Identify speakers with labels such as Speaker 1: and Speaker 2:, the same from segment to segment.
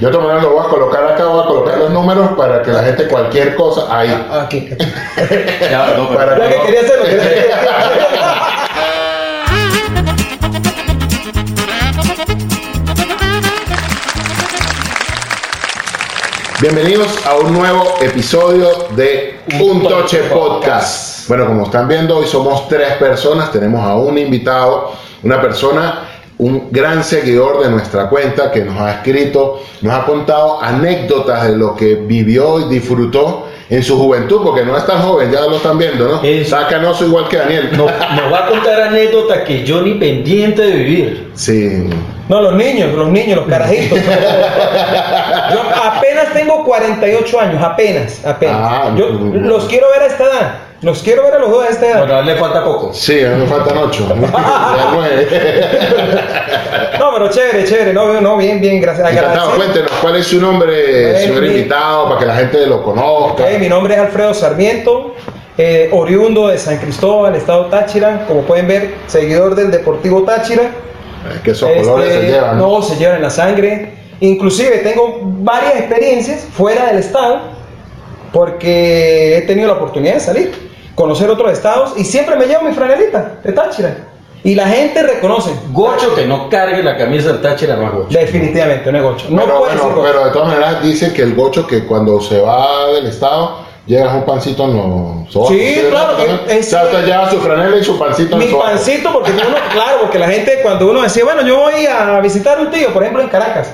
Speaker 1: Yo de todas maneras lo voy a colocar acá, voy a colocar los números para que la gente cualquier cosa ahí.
Speaker 2: Ah, Aquí.
Speaker 3: Ya, Ah, no, pero-
Speaker 1: Para
Speaker 2: Lo que
Speaker 1: no-
Speaker 2: quería hacer, lo que quería hacer.
Speaker 1: Bienvenidos a un nuevo episodio de Un Toche Podcast. Bueno, como están viendo, hoy somos tres personas. Tenemos a un invitado, una persona, un gran seguidor de nuestra cuenta que nos ha escrito, nos ha contado anécdotas de lo que vivió y disfrutó en su juventud, porque no es tan joven, ya lo están viendo, ¿no?
Speaker 2: Es-
Speaker 1: Saca el oso igual que Daniel.
Speaker 2: Nos, nos va a contar anécdotas que yo ni pendiente de vivir.
Speaker 1: Sí.
Speaker 4: No, los niños, los niños, los carajitos. Yo apenas tengo 48 años, apenas, apenas.
Speaker 1: Ah,
Speaker 4: Yo
Speaker 1: muy bien.
Speaker 4: los quiero ver a esta edad. Los quiero ver a los dos a esta edad.
Speaker 3: Bueno, a él le falta poco.
Speaker 1: Sí, a mí me faltan ocho. Ya nueve.
Speaker 4: No, pero chévere, chévere. No, no, bien, bien, gracias.
Speaker 1: Encantado,
Speaker 4: Agradecer.
Speaker 1: cuéntenos cuál es su nombre,
Speaker 4: Eh,
Speaker 1: señor
Speaker 4: mi-
Speaker 1: invitado, para que la gente lo conozca.
Speaker 4: Ok, mi nombre es Alfredo Sarmiento, eh, oriundo de San Cristóbal, estado Táchira. Como pueden ver, seguidor del Deportivo Táchira.
Speaker 1: Es que esos
Speaker 4: Este,
Speaker 1: colores se llevan.
Speaker 4: No, se llevan en la sangre. Inclusive tengo varias experiencias fuera del estado porque he tenido la oportunidad de salir, conocer otros estados y siempre me llevo mi franelita de Táchira. Y la gente reconoce.
Speaker 3: Gocho que no cargue la camisa del Táchira no es Gocho.
Speaker 4: Definitivamente, no es gocho. No
Speaker 1: pero,
Speaker 4: puede
Speaker 1: bueno,
Speaker 4: ser gocho.
Speaker 1: pero de todas maneras dicen que el gocho que cuando se va del estado lleva un pancito en los ojos.
Speaker 4: Sí, claro,
Speaker 1: Que,
Speaker 4: es-
Speaker 1: lleva su franela y su pancito en
Speaker 4: Mi
Speaker 1: los ojos.
Speaker 4: pancito, porque uno, claro, porque la gente cuando uno decía, bueno, yo voy a visitar a un tío, por ejemplo, en Caracas,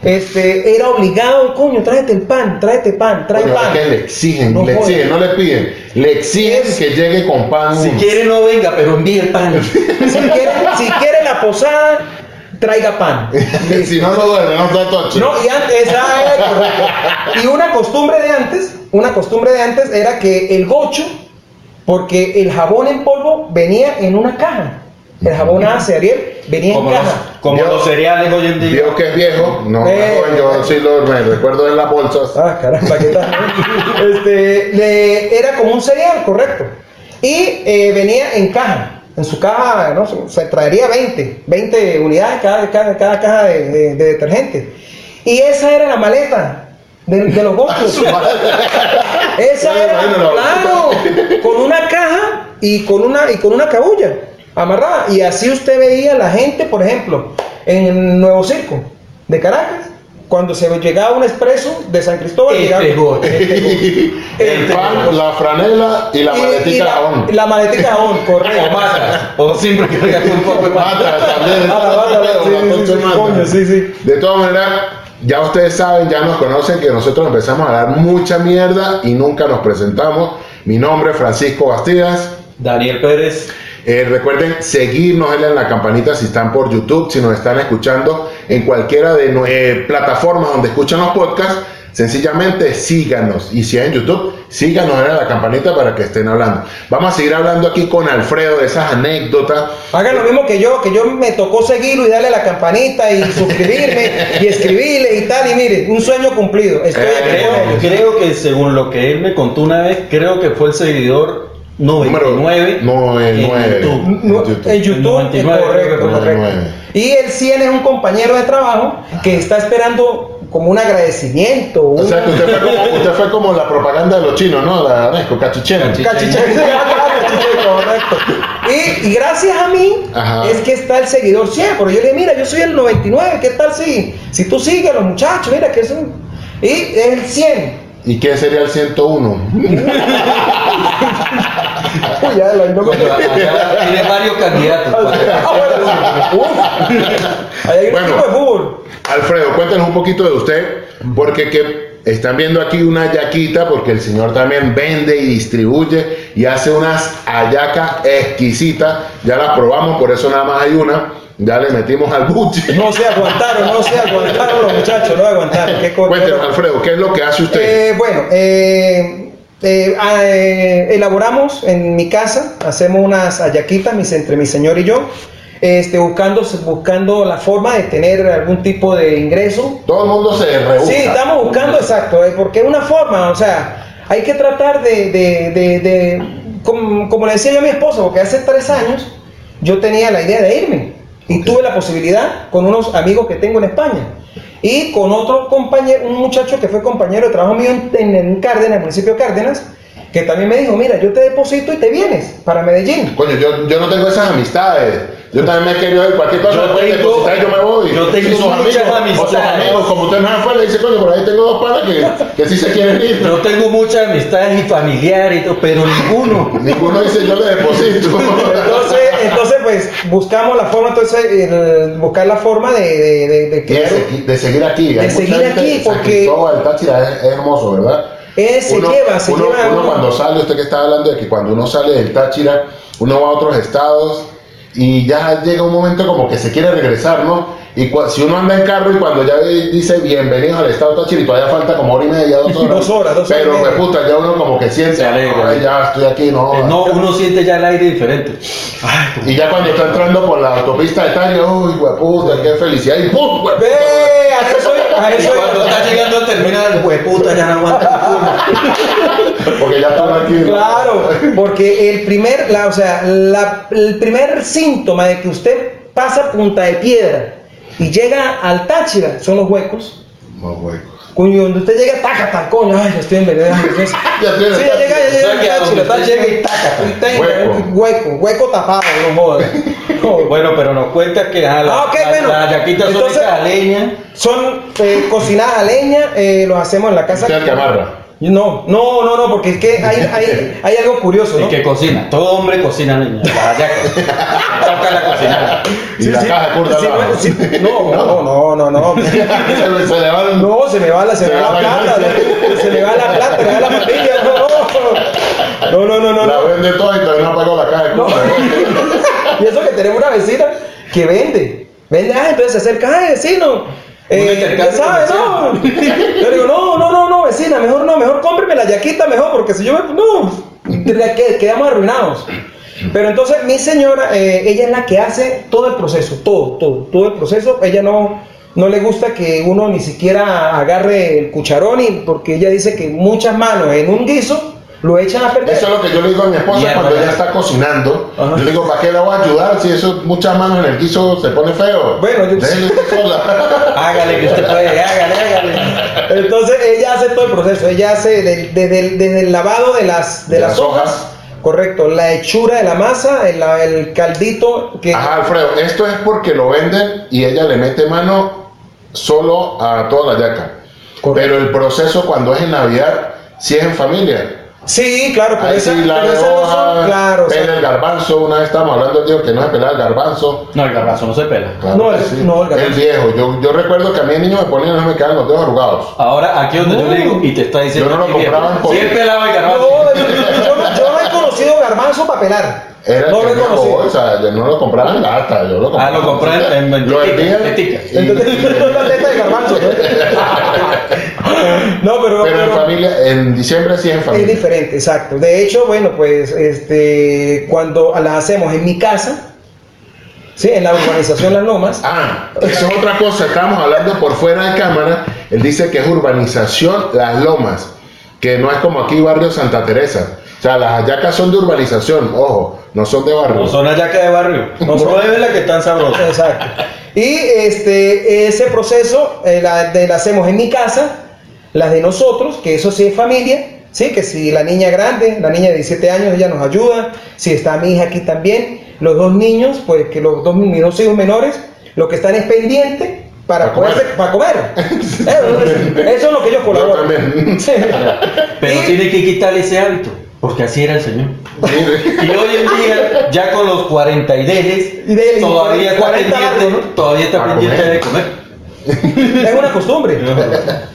Speaker 4: este, era obligado, coño, tráete el pan, tráete pan, trae
Speaker 1: Coño,
Speaker 4: pan.
Speaker 1: es que le exigen,
Speaker 4: No
Speaker 1: le
Speaker 4: jodas.
Speaker 1: exigen, no le piden. Le exigen
Speaker 4: Es-
Speaker 1: que llegue con pan.
Speaker 3: Si quiere no venga, pero envíe el pan.
Speaker 4: Si quiere, si quiere la posada, traiga pan.
Speaker 1: si no, no duerme, no está tocho.
Speaker 4: No, y antes, esa era correcto. Y una costumbre de antes, una costumbre de antes era que el gocho, porque el jabón en polvo venía en una caja. El jabón Ace Ariel venía en
Speaker 3: Como los,
Speaker 4: caja.
Speaker 3: como
Speaker 1: Yo-
Speaker 3: los cereales hoy en día.
Speaker 1: Vio que es viejo, no,
Speaker 4: Eh,
Speaker 1: joven, yo sí lo me recuerdo en las bolsas.
Speaker 4: Ah, caramba, ¿qué tal? este, le- era como un cereal, correcto. Y eh, venía en caja. En su caja, ¿no? Se- Se traería 20, 20 unidades cada, cada, cada caja de, de- de detergente. Y esa era la maleta de, de los gostos.
Speaker 1: Ya me
Speaker 4: esa era,
Speaker 1: imagino la
Speaker 4: claro, con una caja y con una, y con una cabulla amarrada. Y así usted veía la gente, por ejemplo, en Nuevo Circo de Caracas, cuando se llegaba un expreso de San Cristóbal.
Speaker 3: Este
Speaker 4: llegaba-
Speaker 3: es Gocho.
Speaker 1: el pan, la franela y la
Speaker 4: y- y
Speaker 1: maletica de jabón.
Speaker 4: La, la maletica de jabón,
Speaker 3: O
Speaker 4: correcto.
Speaker 3: mata. O siempre carga un poco de pan.
Speaker 4: Ah,
Speaker 1: Mata, también.
Speaker 4: Mata, mata, mata, sí,
Speaker 1: Ah, La
Speaker 4: sí, sí,
Speaker 1: concha
Speaker 4: sí,
Speaker 1: mata.
Speaker 4: coño, sí, sí.
Speaker 1: De todas maneras, ya ustedes saben, ya nos conocen que nosotros empezamos a dar mucha mierda y nunca nos presentamos. Mi nombre es Francisco Bastidas.
Speaker 3: Daniel Pérez.
Speaker 1: Eh, recuerden seguirnos, denle en la campanita si están por YouTube, si nos están escuchando en cualquiera de nue- eh, plataformas donde escuchan los podcasts. Sencillamente síganos. Y si es en YouTube, síganos, denle a la campanita para que estén hablando. Vamos a seguir hablando aquí con Alfredo de esas anécdotas.
Speaker 4: Hagan lo mismo que yo, que yo me tocó seguirlo y darle a la campanita y suscribirme y escribirle y tal. Y mire, un sueño cumplido. Estoy aquí
Speaker 1: Eh,
Speaker 4: con
Speaker 1: eh,
Speaker 4: ellos.
Speaker 3: Creo que según lo que él me contó una vez, creo que fue el seguidor 99.
Speaker 1: No, el
Speaker 3: en
Speaker 1: 9.
Speaker 3: YouTube.
Speaker 4: No, En YouTube, es
Speaker 3: 99,
Speaker 4: correcto,
Speaker 3: creo que
Speaker 1: fue.
Speaker 4: correcto. Y el 100 es un compañero de trabajo que está esperando como un agradecimiento.
Speaker 1: O
Speaker 4: un-
Speaker 1: sea que usted fue, como, usted fue como la propaganda de los chinos, ¿no? La Anesco, cachichena.
Speaker 3: Cachi-
Speaker 4: Cachichén. Cachichén, correcto. Y, y gracias a mí
Speaker 1: Ajá.
Speaker 4: es que está el seguidor 100. Pero yo le dije, mira, yo soy el 99, ¿qué tal si, si tú sigues a los muchachos? Mira, que es un... Y es el 100.
Speaker 1: ¿Y qué sería el 101?
Speaker 4: Uy, ya lo no me-
Speaker 3: Bueno, acá tiene varios candidatos.
Speaker 4: Ah, bueno, sí. Uf. Ahí hay un
Speaker 1: Bueno.
Speaker 4: equipo de fútbol.
Speaker 1: Alfredo, cuéntanos un poquito de usted, porque que están viendo aquí una yaquita, porque el señor también vende y distribuye y hace unas hallacas exquisitas. Ya las probamos, por eso nada más hay una. Ya le metimos al buche.
Speaker 4: No se aguantaron, no se aguantaron los muchachos, no aguantaron. Qué cosa.
Speaker 1: Cuéntenos, Alfredo, ¿qué es lo que hace usted?
Speaker 4: Eh, bueno, eh, eh, ah, eh, elaboramos en mi casa, hacemos unas ayaquitas mis, entre mi señor y yo, este, buscando, buscando la forma de tener algún tipo de ingreso.
Speaker 1: Todo el mundo se rehúsa.
Speaker 4: Sí, estamos buscando, exacto, eh, porque es una forma, o sea, hay que tratar de, de- de- de- como, como le decía yo a mi esposa, porque hace tres años yo tenía la idea de irme y tuve la posibilidad con unos amigos que tengo en España. Y con otro compañero, un muchacho que fue compañero de trabajo mío en, en- en Cárdenas, en el municipio de Cárdenas, que también me dijo, mira, yo te deposito y te vienes para Medellín.
Speaker 1: Coño, yo, yo no tengo esas amistades. Yo también me he querido ir cualquier cosa.
Speaker 3: Yo
Speaker 1: me pueden
Speaker 3: tengo-
Speaker 1: depositar y yo me voy.
Speaker 3: yo tengo
Speaker 1: Y sus
Speaker 3: muchas
Speaker 1: amigos, O sus
Speaker 3: amistades.
Speaker 1: amigos, como ustedes no se fueron, le dice, coño, por ahí tengo dos panas que, que sí se quieren ir.
Speaker 3: Yo tengo muchas amistades y familiares, y todo, pero ninguno.
Speaker 1: Ninguno dice, yo le deposito.
Speaker 4: Entonces, entonces pues buscamos la forma, entonces el- buscar la forma de, de- de- de
Speaker 1: Y
Speaker 4: que...
Speaker 1: de, se- de seguir aquí.
Speaker 4: De
Speaker 1: Hay mucha
Speaker 4: seguir
Speaker 1: gente-
Speaker 4: aquí,
Speaker 1: San
Speaker 4: porque-
Speaker 1: Cristóbal, el Táchira es, es hermoso, ¿verdad?
Speaker 4: Eh, se
Speaker 1: Uno-
Speaker 4: lleva, se
Speaker 1: uno-
Speaker 4: lleva.
Speaker 1: uno
Speaker 4: uno-
Speaker 1: cuando sale, usted que está hablando de que cuando uno sale del Táchira, uno va a otros estados y ya llega un momento como que se quiere regresar, ¿no? Y cua- si uno anda en carro y cuando ya dice bienvenidos al estado Táchira y todavía falta como hora y media, dos horas.
Speaker 4: Dos horas, dos horas
Speaker 1: Pero
Speaker 4: y media.
Speaker 1: pues, puta, ya uno como que siente,
Speaker 3: Se alegra.
Speaker 1: "Ay, ya estoy aquí, no.
Speaker 3: Eh, No, uno siente ya el aire diferente.
Speaker 1: Y ya cuando está entrando por la autopista de Táchira, uy, puta, qué felicidad. Y ¡pum! hueputa!
Speaker 4: Ve, a eso soy, a
Speaker 3: Y
Speaker 4: eso soy.
Speaker 3: cuando está llegando al terminal, hueputa, ya no aguanta el culo.
Speaker 1: Porque ya están aquí. ¿no?
Speaker 4: Claro, porque el primer, la, o sea, la- el primer síntoma de que usted pasa punta de piedra y llega al Táchira son los huecos.
Speaker 1: No, güey.
Speaker 4: Coño, donde usted llega, taca, taca, coño, ay, yo estoy en verdad. yo sé.
Speaker 1: Ya estoy en el
Speaker 4: Sí, ya
Speaker 1: Táchira.
Speaker 4: llega, ya
Speaker 3: O
Speaker 4: llega
Speaker 3: sea,
Speaker 4: al
Speaker 3: que
Speaker 4: Táchira,
Speaker 3: a donde
Speaker 4: Táchira,
Speaker 3: usted llega
Speaker 4: llega y taca, taca, taca,
Speaker 1: Hueco.
Speaker 4: hueco, hueco tapado, no jodas. No.
Speaker 3: Bueno, pero nos cuenta que ah, la,
Speaker 4: Ah, ok,
Speaker 3: la-
Speaker 4: bueno.
Speaker 3: las yaquitas son
Speaker 4: Entonces-
Speaker 3: hechas a leña.
Speaker 4: Son eh, cocinadas a leña, eh, los hacemos en la casa.
Speaker 1: Usted al que amarra.
Speaker 4: No, no, no, no, porque es que hay, hay, hay algo curioso,
Speaker 3: ¿Y
Speaker 4: ¿no?
Speaker 3: que cocina? Todo hombre cocina leña. Las yacas. Toca la cocina.
Speaker 1: Y
Speaker 4: Sí,
Speaker 1: la
Speaker 4: sí.
Speaker 1: caja curda
Speaker 4: Sí,
Speaker 1: al lado.
Speaker 4: no, sí. no, no, no, no, no.
Speaker 1: se, le- se le va el-
Speaker 4: No, se me va la, se
Speaker 1: Se
Speaker 4: me va
Speaker 1: va la
Speaker 4: la plata,
Speaker 1: ganancia.
Speaker 4: ¿no? se me va la plata, se me va la familia, no, no, no, no, no,
Speaker 1: la
Speaker 4: no.
Speaker 1: vende toda y todavía no ha pagado la caja de
Speaker 4: No.
Speaker 1: curda.
Speaker 4: Y eso que tenemos una vecina que vende, vende, ah, entonces se acerca, ay, vecino, eh, ya
Speaker 3: intercambio
Speaker 4: sabes, no, yo digo, no, no, no, no, vecina, mejor no, mejor cómpreme la yaquita, mejor, porque si yo me, no, de- que- quedamos arruinados. Pero entonces mi señora, eh, ella es la que hace todo el proceso, todo, todo, todo el proceso. Ella no, no le gusta que uno ni siquiera agarre el cucharón, y, porque ella dice que muchas manos en un guiso lo echan a perder.
Speaker 1: Eso es lo que yo le digo a mi esposa
Speaker 3: Mierda,
Speaker 1: cuando ella
Speaker 3: ya.
Speaker 1: está cocinando.
Speaker 4: Ajá.
Speaker 1: Yo le digo, ¿para qué la voy a ayudar? Si eso, muchas manos en el guiso se pone feo.
Speaker 4: Bueno, yo-
Speaker 1: Déjelo usted sola.
Speaker 3: Hágale que usted puede, hágale, hágale.
Speaker 4: Entonces ella hace todo el proceso, ella hace del- desde, el, desde el lavado de las, de
Speaker 1: De
Speaker 4: las,
Speaker 1: las
Speaker 4: hojas,
Speaker 1: hojas.
Speaker 4: correcto, la hechura de la masa, el, el caldito que
Speaker 1: Ajá, Alfredo, esto es porque lo venden y ella le mete mano solo a toda la yaca.
Speaker 4: Correcto.
Speaker 1: Pero el proceso cuando es en Navidad, si es en familia.
Speaker 4: sí, claro, Ah, pero
Speaker 1: Ahí
Speaker 4: esa,
Speaker 1: sí la
Speaker 4: pero esas no son-
Speaker 1: hoja,
Speaker 4: claro, o sea,
Speaker 1: pela el garbanzo. Una vez estábamos hablando, digo que no se pelaba el garbanzo.
Speaker 3: No, el garbanzo no se pela.
Speaker 1: Claro
Speaker 4: No,
Speaker 1: que
Speaker 4: el- no, el garbanzo.
Speaker 1: viejo. Yo, yo recuerdo que a mí el niño me ponían, no me quedaban los dedos arrugados.
Speaker 3: Ahora, aquí donde yo le digo, y te está diciendo.
Speaker 1: Yo no lo
Speaker 3: aquí, viejo,
Speaker 1: compraba en
Speaker 3: Si
Speaker 1: Colombia.
Speaker 3: es pelado el garbanzo.
Speaker 4: No, yo, yo no, yo no he conocido garbanzo para pelar.
Speaker 1: Era el
Speaker 4: no lo
Speaker 1: que
Speaker 4: he
Speaker 1: tenía
Speaker 4: conocido.
Speaker 1: bolsa, yo no lo compraba en lata, yo lo compraba.
Speaker 3: Ah, lo compré en- en
Speaker 1: Lo
Speaker 3: ventetica,
Speaker 1: hervía
Speaker 3: ventetica.
Speaker 1: y-
Speaker 4: Entonces, no es la teta de garbanzo. No, No, pero,
Speaker 1: pero en
Speaker 4: pero-
Speaker 1: familia, en diciembre sí es en
Speaker 4: Es
Speaker 1: familia.
Speaker 4: diferente, exacto. De hecho, bueno, pues este, cuando las hacemos en mi casa, ¿sí? en la urbanización Las Lomas,
Speaker 1: Ah, eso es otra cosa, estábamos hablando por fuera de cámara, él dice que es urbanización Las Lomas, que no es como aquí barrio Santa Teresa. O sea, las hallacas son de urbanización, ojo, no son de barrio.
Speaker 3: No son hallacas de barrio. No
Speaker 4: son-
Speaker 3: prueben la que están sabrosas.
Speaker 4: exacto. Y este, ese proceso eh, la, de, la hacemos en mi casa, las de nosotros, que eso sí es familia, ¿sí? que si la niña grande, la niña de 17 años, ella nos ayuda, si está mi hija aquí también, los dos niños, pues que los dos, mis dos hijos menores, lo que están es pendiente. Para,
Speaker 1: Para comer.
Speaker 4: poderse- para comer. Eh, Eso es lo que ellos colaboran.
Speaker 1: también.
Speaker 4: Sí.
Speaker 3: Pero
Speaker 4: Y-
Speaker 3: tiene que quitarle ese hábito, porque así era el señor. Y hoy en día, ya con los 40 y
Speaker 4: Y de
Speaker 3: dejes,
Speaker 4: él,
Speaker 3: todavía está
Speaker 4: 40 largo,
Speaker 3: pendiente,
Speaker 4: ¿no?
Speaker 3: todavía está
Speaker 1: A
Speaker 3: pendiente
Speaker 1: comer.
Speaker 3: de Ah, comer.
Speaker 4: Es una costumbre.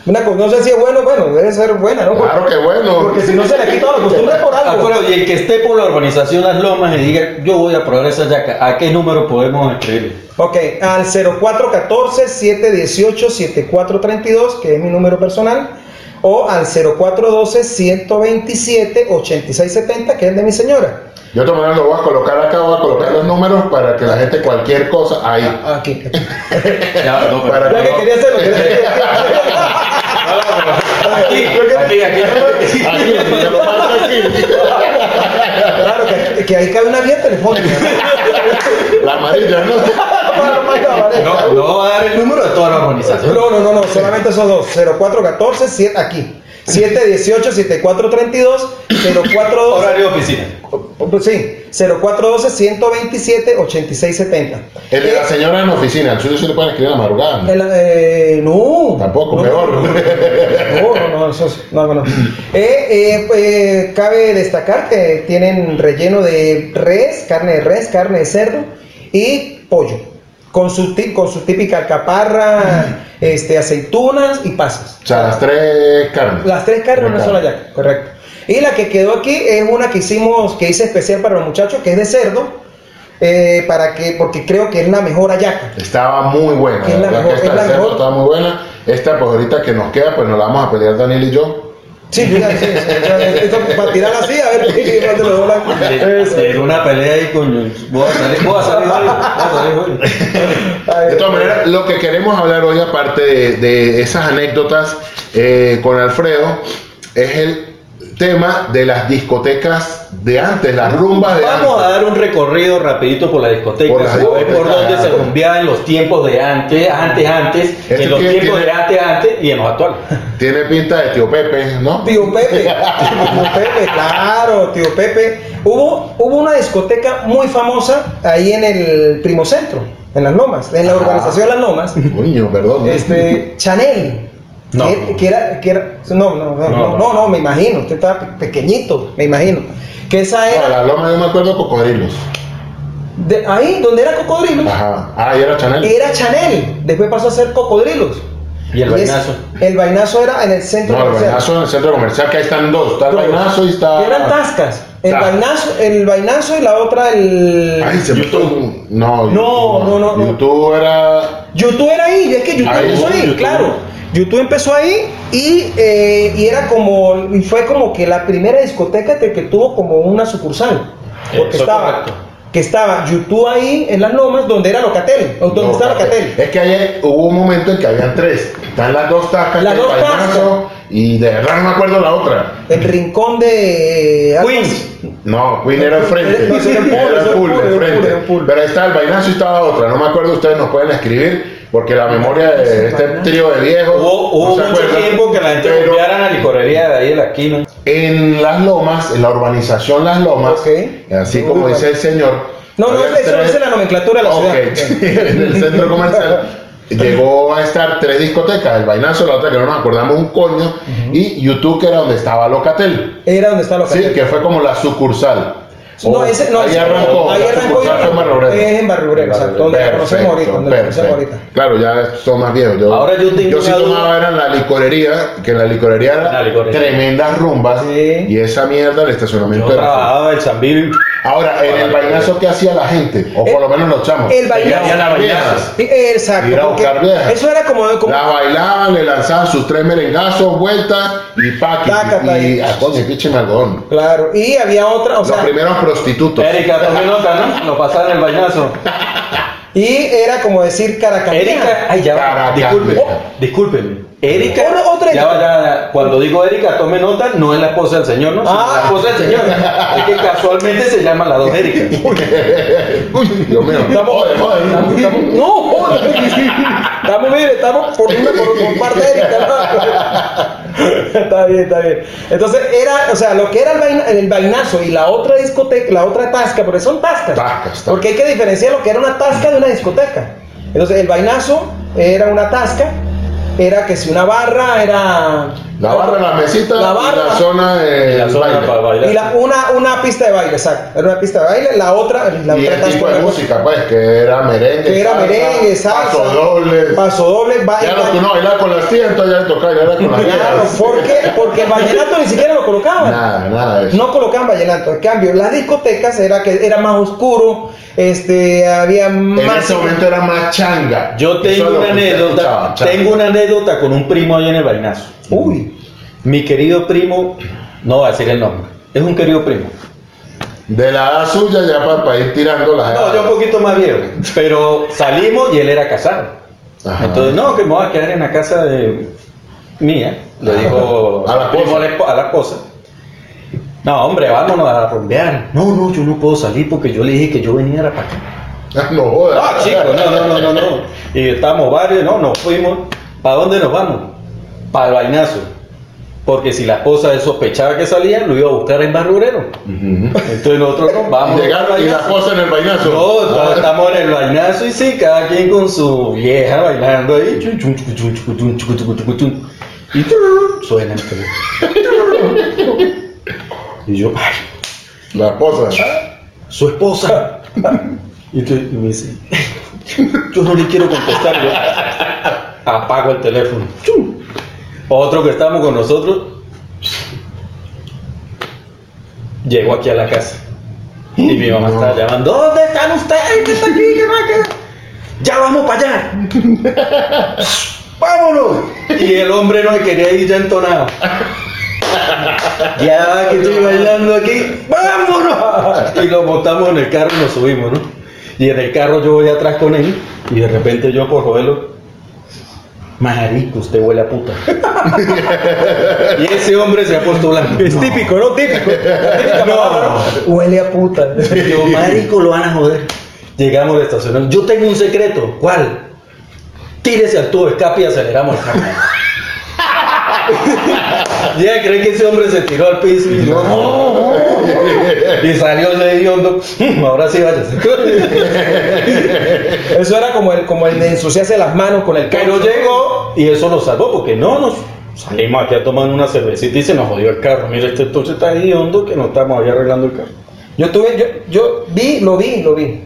Speaker 4: Una, co- no sé si es bueno, bueno, debe ser buena, ¿no?
Speaker 1: Claro que bueno.
Speaker 4: Porque si no se le quita la costumbre es por
Speaker 3: Ah,
Speaker 4: algo.
Speaker 3: pero, y el que esté por la urbanización Las Lomas y diga, yo voy a probar esa yaca, ¿a qué número podemos escribir?
Speaker 4: Ok, al 0414-718-7432, que es mi número personal, o al 0412-127-8670, que es el de mi señora.
Speaker 1: Yo de todas maneras lo voy a colocar acá, voy a colocar los números para que la gente cualquier cosa ahí.
Speaker 4: Aquí. aquí.
Speaker 3: Ya, no, pero-
Speaker 1: Para
Speaker 4: Ya que quería hacerlo.
Speaker 3: Aquí, aquí, aquí.
Speaker 1: Aquí, que lo marco aquí.
Speaker 4: Claro, que, que ahí cabe una vía telefónica.
Speaker 1: La amarilla, ¿no?
Speaker 4: Para- para-
Speaker 1: dólares.
Speaker 3: No,
Speaker 1: claro.
Speaker 3: no va a dar el número de toda la organización.
Speaker 4: No, no, no, no, solamente esos dos. 0414, 7, aquí. 718, 7432, 0412.
Speaker 3: Horario de oficina.
Speaker 4: Pues sí, 0412, 127, 8670.
Speaker 1: El de la señora en la oficina, el suyo se le pueden escribir a la madrugada. ¿no?
Speaker 4: Eh, El, eh, no.
Speaker 1: Tampoco,
Speaker 4: no,
Speaker 1: peor.
Speaker 4: No, no, no, eso es- no, no. Eh, eh, eh, cabe destacar que tienen relleno de res, carne de res, carne de cerdo y pollo. Con su, ti- con su típica alcaparra,
Speaker 1: Mm.
Speaker 4: este, aceitunas y pasas.
Speaker 1: O sea, las tres carnes.
Speaker 4: Las tres carnes en una
Speaker 1: Tres
Speaker 4: sola yaca, correcto. Y la que quedó aquí es una que hicimos, que hice especial para los muchachos, que es de cerdo, eh, para que, porque creo que es la mejor ayaca.
Speaker 1: Estaba muy buena.
Speaker 4: Es la
Speaker 1: verdad
Speaker 4: mejor,
Speaker 1: que esta
Speaker 4: es la
Speaker 1: de cerdo
Speaker 4: mejor.
Speaker 1: estaba muy buena. Esta, pues ahorita que nos queda, pues nos la vamos a pelear Daniel y yo.
Speaker 4: Sí, fíjate, sí, sí, o sea, esto para tirar así, a ver qué qué más te lo doblan. Eso.
Speaker 3: Era una pelea ahí con. Voy a salir, voy a salir, voy a salir, voy a salir.
Speaker 4: Ay,
Speaker 1: De todas maneras, lo que queremos hablar hoy, aparte de, de esas anécdotas eh, con Alfredo, es el tema de las discotecas de antes, las rumbas de antes.
Speaker 3: Vamos a dar un recorrido rapidito por la discoteca,
Speaker 1: Por
Speaker 3: por,
Speaker 1: la
Speaker 3: por
Speaker 1: discoteca,
Speaker 3: donde se
Speaker 1: claro.
Speaker 3: rumbeaba en los tiempos de antes, antes, antes,
Speaker 1: Este
Speaker 3: en los
Speaker 1: tiene-
Speaker 3: tiempos de
Speaker 1: tiene-
Speaker 3: antes, antes y en los actuales.
Speaker 1: Tiene pinta de tío Pepe, ¿no?
Speaker 4: Tío Pepe, tío Pepe, claro, tío Pepe. Hubo, hubo una discoteca muy famosa ahí en el Primocentro, en Las Lomas, en la
Speaker 1: Ajá.
Speaker 4: urbanización Las Lomas.
Speaker 1: Coño, perdón.
Speaker 4: Este, Chanel.
Speaker 3: No.
Speaker 4: Que, que era, que era- no, no, no, no, no, no, me imagino. Usted estaba pe- pequeñito, me imagino. Que esa
Speaker 1: No,
Speaker 4: era
Speaker 1: la loma yo me acuerdo cocodrilos.
Speaker 4: de ahí donde era cocodrilo.
Speaker 1: Ajá. Ah, y era Chanel.
Speaker 4: Era Chanel, después pasó a ser cocodrilos.
Speaker 3: Y el
Speaker 4: Y es-
Speaker 3: vainazo.
Speaker 4: el vainazo era en el centro
Speaker 1: No, el
Speaker 4: comercial.
Speaker 1: vainazo en el centro comercial, que ahí están dos. Está el vainazo y está.
Speaker 4: pues, Eran tascas. El
Speaker 1: Ah.
Speaker 4: vainazo, el vainazo y la otra el.
Speaker 1: Ay, se me-
Speaker 3: YouTube.
Speaker 1: No,
Speaker 4: No, no, no, no.
Speaker 1: YouTube era.
Speaker 4: YouTube era ahí, es que YouTube
Speaker 1: Ahí,
Speaker 4: empezó ahí,
Speaker 1: YouTube.
Speaker 4: claro. YouTube empezó ahí y, eh, y era como, y fue como que la primera discoteca que, que tuvo como una sucursal.
Speaker 1: Eh,
Speaker 4: Porque
Speaker 3: Eso
Speaker 4: estaba,
Speaker 3: correcto.
Speaker 4: que estaba YouTube ahí en las lomas donde era Locatel, o donde
Speaker 1: no,
Speaker 4: está Locatel.
Speaker 1: Es que ahí hubo un momento en que habían tres. Están las dos tascas,
Speaker 4: Las
Speaker 1: el
Speaker 4: dos
Speaker 1: vainazo y de verdad no me acuerdo la otra.
Speaker 4: El rincón de eh,
Speaker 3: Queens.
Speaker 1: No, Queen era el frente.
Speaker 4: Eso era el
Speaker 1: Era
Speaker 4: pool,
Speaker 1: el
Speaker 4: eso era
Speaker 1: pool, el
Speaker 4: el pool, era el
Speaker 1: frente.
Speaker 4: pool, era el pool.
Speaker 1: Pero ahí está el vainazo y estaba otra. No me acuerdo, ustedes nos pueden escribir. Porque la memoria de este trío de viejos.
Speaker 3: Hubo, hubo
Speaker 1: no se
Speaker 3: mucho
Speaker 1: acuerda,
Speaker 3: tiempo que la gente
Speaker 1: pero-
Speaker 3: rumbeara en la licorería de ahí de la esquina.
Speaker 1: En Las Lomas, en la urbanización Las Lomas,
Speaker 4: Ok.
Speaker 1: así como dice el señor.
Speaker 4: No, no,
Speaker 1: había
Speaker 4: eso no es la nomenclatura de la
Speaker 1: Ok,
Speaker 4: ciudad.
Speaker 1: en el centro comercial llegó a estar tres discotecas, el Vainazo, la otra que no nos acordamos un coño, y YouTube que era donde estaba Locatel.
Speaker 4: Era donde está
Speaker 1: Sí,
Speaker 4: Locatel.
Speaker 1: que fue como la sucursal.
Speaker 4: No,
Speaker 1: O-
Speaker 4: ese, no,
Speaker 1: ahí
Speaker 4: ese-
Speaker 1: arrancó.
Speaker 4: ahí
Speaker 1: la
Speaker 4: arrancó
Speaker 1: sucursal fue en Barrio Obrero.
Speaker 4: Es en Barrio Obrero, exacto, donde la conocemos ahorita, donde la conocemos
Speaker 1: perfecto.
Speaker 4: ahorita.
Speaker 1: Claro, ya son más viejos. Yo,
Speaker 3: Ahora yo tengo
Speaker 1: sí
Speaker 3: una duda.
Speaker 1: tomaba era en la licorería, que en la licorería era
Speaker 3: La licorería.
Speaker 1: tremendas rumbas
Speaker 4: Sí.
Speaker 1: y esa mierda el estacionamiento.
Speaker 3: Yo
Speaker 1: era-
Speaker 3: trabajaba el Sambil.
Speaker 1: Ahora, en el vainazo que hacía la gente, o por lo menos los chamos.
Speaker 4: Eh, El vainazo.
Speaker 1: Seguían las viejas.
Speaker 4: Sí,
Speaker 1: Ir a
Speaker 4: Exacto. porque
Speaker 1: buscar viejas.
Speaker 4: Eso era como, como
Speaker 1: La bailaban, le lanzaban sus tres merengazos, vueltas y paqui.
Speaker 4: Tácata
Speaker 1: Y
Speaker 4: ahí.
Speaker 1: a coño, pinche malgón.
Speaker 4: Claro, y había otra, o
Speaker 1: Los
Speaker 4: sea, Eh,
Speaker 1: primeros prostitutos.
Speaker 3: Erika, tomé nota, ¿no? Lo pasaron el bañazo.
Speaker 4: y era como decir
Speaker 3: Erika,
Speaker 4: caracampeja.
Speaker 3: ay, ya va.
Speaker 1: Caracas,
Speaker 3: Disculpen,
Speaker 1: vieja.
Speaker 3: disculpen. Erika,
Speaker 4: Otra- otra
Speaker 3: ya va, ya, ya. Cuando digo Erika, tome nota, no es la esposa del señor, no, sino
Speaker 4: Ah.
Speaker 3: la esposa del señor. Es que casualmente se llaman las dos Erika.
Speaker 1: Oh, Uy, Dios mío. Joder, joder.
Speaker 4: Estamos- estamos- No, joder. estamos bien, estamos por, una- por, por parte de Erika. ¿no? está bien, está bien. Entonces era, o sea, lo que era el, vaina- el vainazo y la otra discoteca, la otra tasca, porque son tascas.
Speaker 1: Tascas, tascas.
Speaker 4: Porque hay que diferenciar lo que era una tasca de una discoteca. Entonces el vainazo era una tasca, era que si una barra era
Speaker 1: La barra, la mesita,
Speaker 4: La barra.
Speaker 1: y la zona de
Speaker 3: La zona
Speaker 1: baile.
Speaker 3: para bailar.
Speaker 4: Y la- una, una pista de baile, exacto. Era una pista de baile, la otra, la
Speaker 1: Y
Speaker 4: otra
Speaker 1: el tipo de
Speaker 4: tasca-
Speaker 1: música, pues, que era merengue,
Speaker 4: que era merengue, salsa,
Speaker 1: paso doble.
Speaker 4: paso doble, baile.
Speaker 1: Ya no, tú no bailar con las tías, entonces ya le tocaba bailar con las
Speaker 4: Claro,
Speaker 1: tías.
Speaker 4: ¿por qué? Porque el vallenato ni siquiera lo colocaban.
Speaker 1: Nada, nada de eso.
Speaker 4: No colocaban vallenato. En cambio, las discotecas era que era más oscuro, este, había
Speaker 1: En
Speaker 4: más.
Speaker 1: ese momento era más changa.
Speaker 3: Yo
Speaker 1: Eso
Speaker 3: tengo
Speaker 1: es lo
Speaker 3: una
Speaker 1: que usted escuchaba,
Speaker 3: anécdota,
Speaker 1: changa.
Speaker 3: tengo una anécdota con un primo ahí en el vainazo.
Speaker 4: Uy,
Speaker 3: Mi querido primo, no voy a decir el nombre, es un querido primo.
Speaker 1: De la edad suya ya para, para ir tirando las
Speaker 3: No, yo un
Speaker 1: edades.
Speaker 3: poquito más viejo, pero salimos y él era casado.
Speaker 1: Ajá.
Speaker 3: Entonces, no, que me voy a quedar en la casa de mía, le
Speaker 1: Ajá.
Speaker 3: dijo
Speaker 1: A la
Speaker 3: primo
Speaker 1: esposa.
Speaker 3: esp- a la esposa. No, hombre, vámonos a rumbear. No, no, yo no puedo salir porque yo le dije que yo venía era para acá.
Speaker 1: No jodas.
Speaker 3: No, chicos, Ah, no, no, no, no, no. Y estamos varios, no, nos fuimos. ¿Para dónde nos vamos? Para el vainazo. Porque si la esposa sospechaba que salía, lo iba a buscar en Barrurero.
Speaker 1: Ujú.
Speaker 3: Entonces nosotros nos vamos.
Speaker 1: Llegaron y la esposa en el vainazo.
Speaker 3: No, no, estamos en el vainazo y sí, cada quien con su vieja bailando ahí. Chun, chun, chun, chun, chun, chun, chun, chun, chun, chun. Y trrr, suena el teléfono. Y yo, ay,
Speaker 1: La esposa.
Speaker 3: su esposa. Y, tú- y me dice, yo no le quiero contestar. yo apago el teléfono. Chum. Otro que estábamos con nosotros llegó aquí a la casa. Y mi mamá
Speaker 1: No.
Speaker 3: estaba llamando, ¿dónde están ustedes? ¿Qué está aquí? ¿Qué va? ¿Qué va?". ¡Ya vamos para allá! ¡Vámonos! Y el hombre no se quería ir ya entonado. Ya que estoy bailando aquí, ¡vámonos! Y lo montamos en el carro y nos subimos, ¿no? Y en el carro yo voy atrás con él y de repente yo por joderlo, marico, usted huele a puta. y ese hombre se ha puesto blanco.
Speaker 4: Es típico, ¿no? Típico.
Speaker 3: No.
Speaker 4: Huele a puta.
Speaker 3: Yo, marico, lo van a joder. Llegamos al estacionamiento. Yo tengo un secreto. ¿Cuál? Tírese al tubo de escape y aceleramos el carro. ya creen que ese hombre se tiró al piso y yo, no. Y salió de hediondo. "Mm, Ahora sí váyase.
Speaker 4: Eso era como el, como el de ensuciarse las manos con el
Speaker 3: Pero
Speaker 4: caucho.
Speaker 3: llegó y eso nos salvó porque no nos salimos aquí a tomar una cervecita y se nos jodió el carro. Mira, este entonces está hediondo que no estamos ahí arreglando el carro.
Speaker 4: Yo tuve, yo, yo vi, lo vi, lo vi.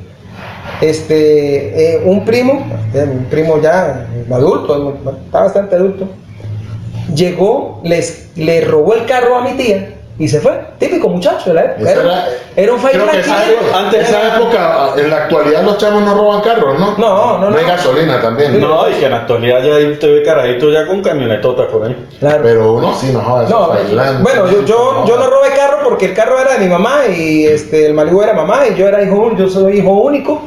Speaker 4: Este, eh, un primo, eh, un primo ya adulto, eh, está bastante adulto, llegó, les, le robó el carro a mi tía y se fue. Típico muchacho de la época.
Speaker 1: Esa
Speaker 4: Era, era un
Speaker 1: creo que
Speaker 4: faillante.
Speaker 1: esa,
Speaker 3: antes
Speaker 1: esa
Speaker 3: era-
Speaker 1: época, en la actualidad los chamos no roban carros, ¿no?
Speaker 4: No, no, no.
Speaker 1: hay gasolina también.
Speaker 3: No, y que en la actualidad ya hay- te ve carajito ya con camionetota por ahí.
Speaker 4: Claro.
Speaker 1: Pero uno sí no joda. eso
Speaker 4: No,
Speaker 1: es bailando.
Speaker 4: bueno, yo, yo, yo no robé carro porque el carro era de mi mamá y este, el Malibu era mamá y yo era hijo único, yo soy hijo único.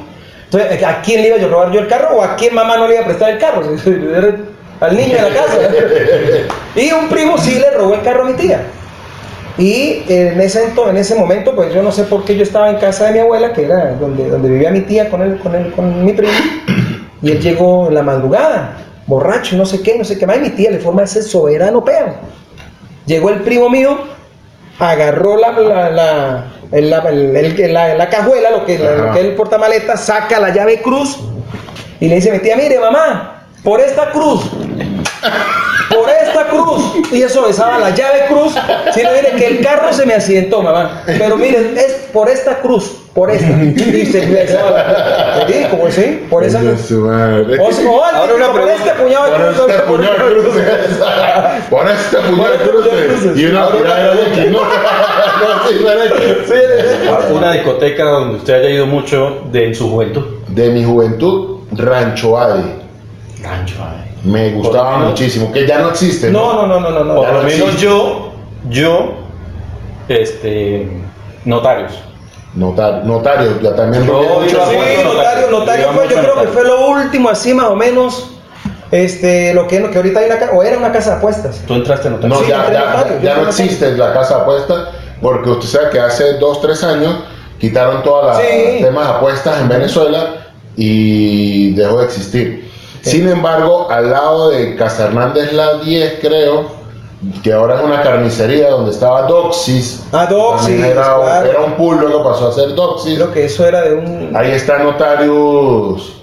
Speaker 4: Entonces, ¿a quién le iba yo a robar yo el carro o a quién mamá no le iba a prestar el carro? Yo era Al niño de la casa. Y un primo sí le robó el carro a mi tía. Y en ese, ento- en ese momento, pues yo no sé por qué yo estaba en casa de mi abuela, que era donde, donde vivía mi tía con, él, con, él, con mi primo, y él llegó en la madrugada, borracho, no sé qué, no sé qué más, y mi tía le forma ese soberano peo. Llegó el primo mío, agarró la, la, la, el- la- el- el- la- la cajuela, lo que, la-
Speaker 1: Ajá.
Speaker 4: lo que es el portamaleta, saca la llave cruz y le dice a mi tía, mire mamá, por esta cruz, por esta cruz. Y eso besaba la llave cruz. Si no, mire que el carro se me accidentó, mamá. Pero miren, es por esta cruz, por esta. Y se besaba la cruz. Sí, como así, por esa
Speaker 1: Coño,
Speaker 4: cruz.
Speaker 1: su madre.
Speaker 4: O sea, o antes,
Speaker 3: Ahora una
Speaker 4: por
Speaker 3: pregunta.
Speaker 4: este puñado de
Speaker 1: Por
Speaker 4: cruz.
Speaker 1: este puñal cruces. Por este puñal cruces. Y una tirada de X, ¿no? No, sí, no era X.
Speaker 3: Una discoteca donde usted haya ido mucho de en su juventud.
Speaker 1: De mi juventud, Rancho Adi.
Speaker 3: Rancho,
Speaker 1: Me gustaba
Speaker 3: qué no?
Speaker 1: muchísimo. Que ya no existe.
Speaker 4: No, no, no, no, no. no.
Speaker 3: Por lo
Speaker 1: no
Speaker 3: menos
Speaker 1: existe.
Speaker 3: yo, yo, este, notarios.
Speaker 1: Notar- Notario, ya también
Speaker 3: No,
Speaker 1: robé mucho.
Speaker 3: iba
Speaker 4: Sí, notario,
Speaker 3: mucho notario.
Speaker 4: notario
Speaker 3: Iba
Speaker 4: fue, yo
Speaker 3: mucho
Speaker 4: creo que
Speaker 3: notario.
Speaker 4: fue lo último así más o menos, este, lo que, lo que ahorita hay una ca- o era una casa de apuestas.
Speaker 3: Tú entraste a notarios.
Speaker 1: No,
Speaker 4: Sí,
Speaker 1: ya,
Speaker 4: entré
Speaker 1: ya-
Speaker 4: notario,
Speaker 1: ya
Speaker 4: yo
Speaker 1: no
Speaker 4: entré
Speaker 1: existe la casa de apuestas porque usted sabe que hace dos, tres años quitaron todas las
Speaker 4: Sí.
Speaker 1: temas de apuestas en Venezuela y dejó de existir. Sin embargo, al lado de Casa Hernández La 10, creo, que ahora es una carnicería donde estaba Doxis.
Speaker 4: Ah, Doxis,
Speaker 1: También Era, un-
Speaker 4: claro.
Speaker 1: era un pool, luego pasó a ser Doxis.
Speaker 4: Creo que eso era de un
Speaker 1: Ahí está Notarius,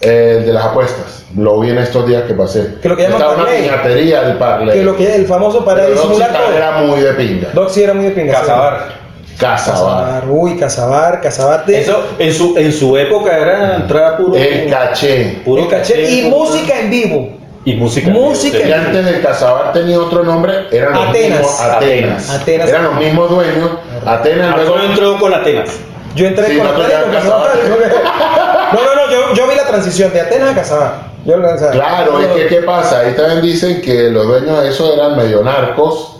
Speaker 1: eh, el de las apuestas. Lo vi en estos días que pasé.
Speaker 4: Que lo que llaman
Speaker 1: Está una
Speaker 4: parlay.
Speaker 1: piñatería del parley.
Speaker 4: que lo que el famoso para
Speaker 1: Pero
Speaker 4: disimular
Speaker 1: Doxy
Speaker 4: todo.
Speaker 1: era muy de pinga.
Speaker 4: Doxy era muy de pinga.
Speaker 3: Casabar.
Speaker 1: Casabar.
Speaker 4: Casabar, uy, Casabar, Casabar de
Speaker 3: Eso, en su, en su época era entrar puro.
Speaker 1: El caché.
Speaker 3: puro
Speaker 4: el caché, y
Speaker 3: puro-
Speaker 4: música en vivo.
Speaker 3: Eh, Y música.
Speaker 4: música.
Speaker 1: Que antes del Casabar tenía otro nombre, eran los
Speaker 4: Atenas.
Speaker 1: mismos Atenas.
Speaker 4: Atenas.
Speaker 1: Eran los mismos dueños. Atenas
Speaker 3: Alfonso
Speaker 1: luego.
Speaker 3: entró con Atenas.
Speaker 4: Yo entré
Speaker 1: Sí,
Speaker 4: con
Speaker 1: nosotros
Speaker 4: Atenas
Speaker 1: ya
Speaker 4: con Casabar. No, no, no, yo, yo vi la transición de Atenas a Casabar. Yo lo- o sea,
Speaker 1: Claro, es que ¿qué pasa? Ahí también dicen que los dueños de eso eran medio narcos.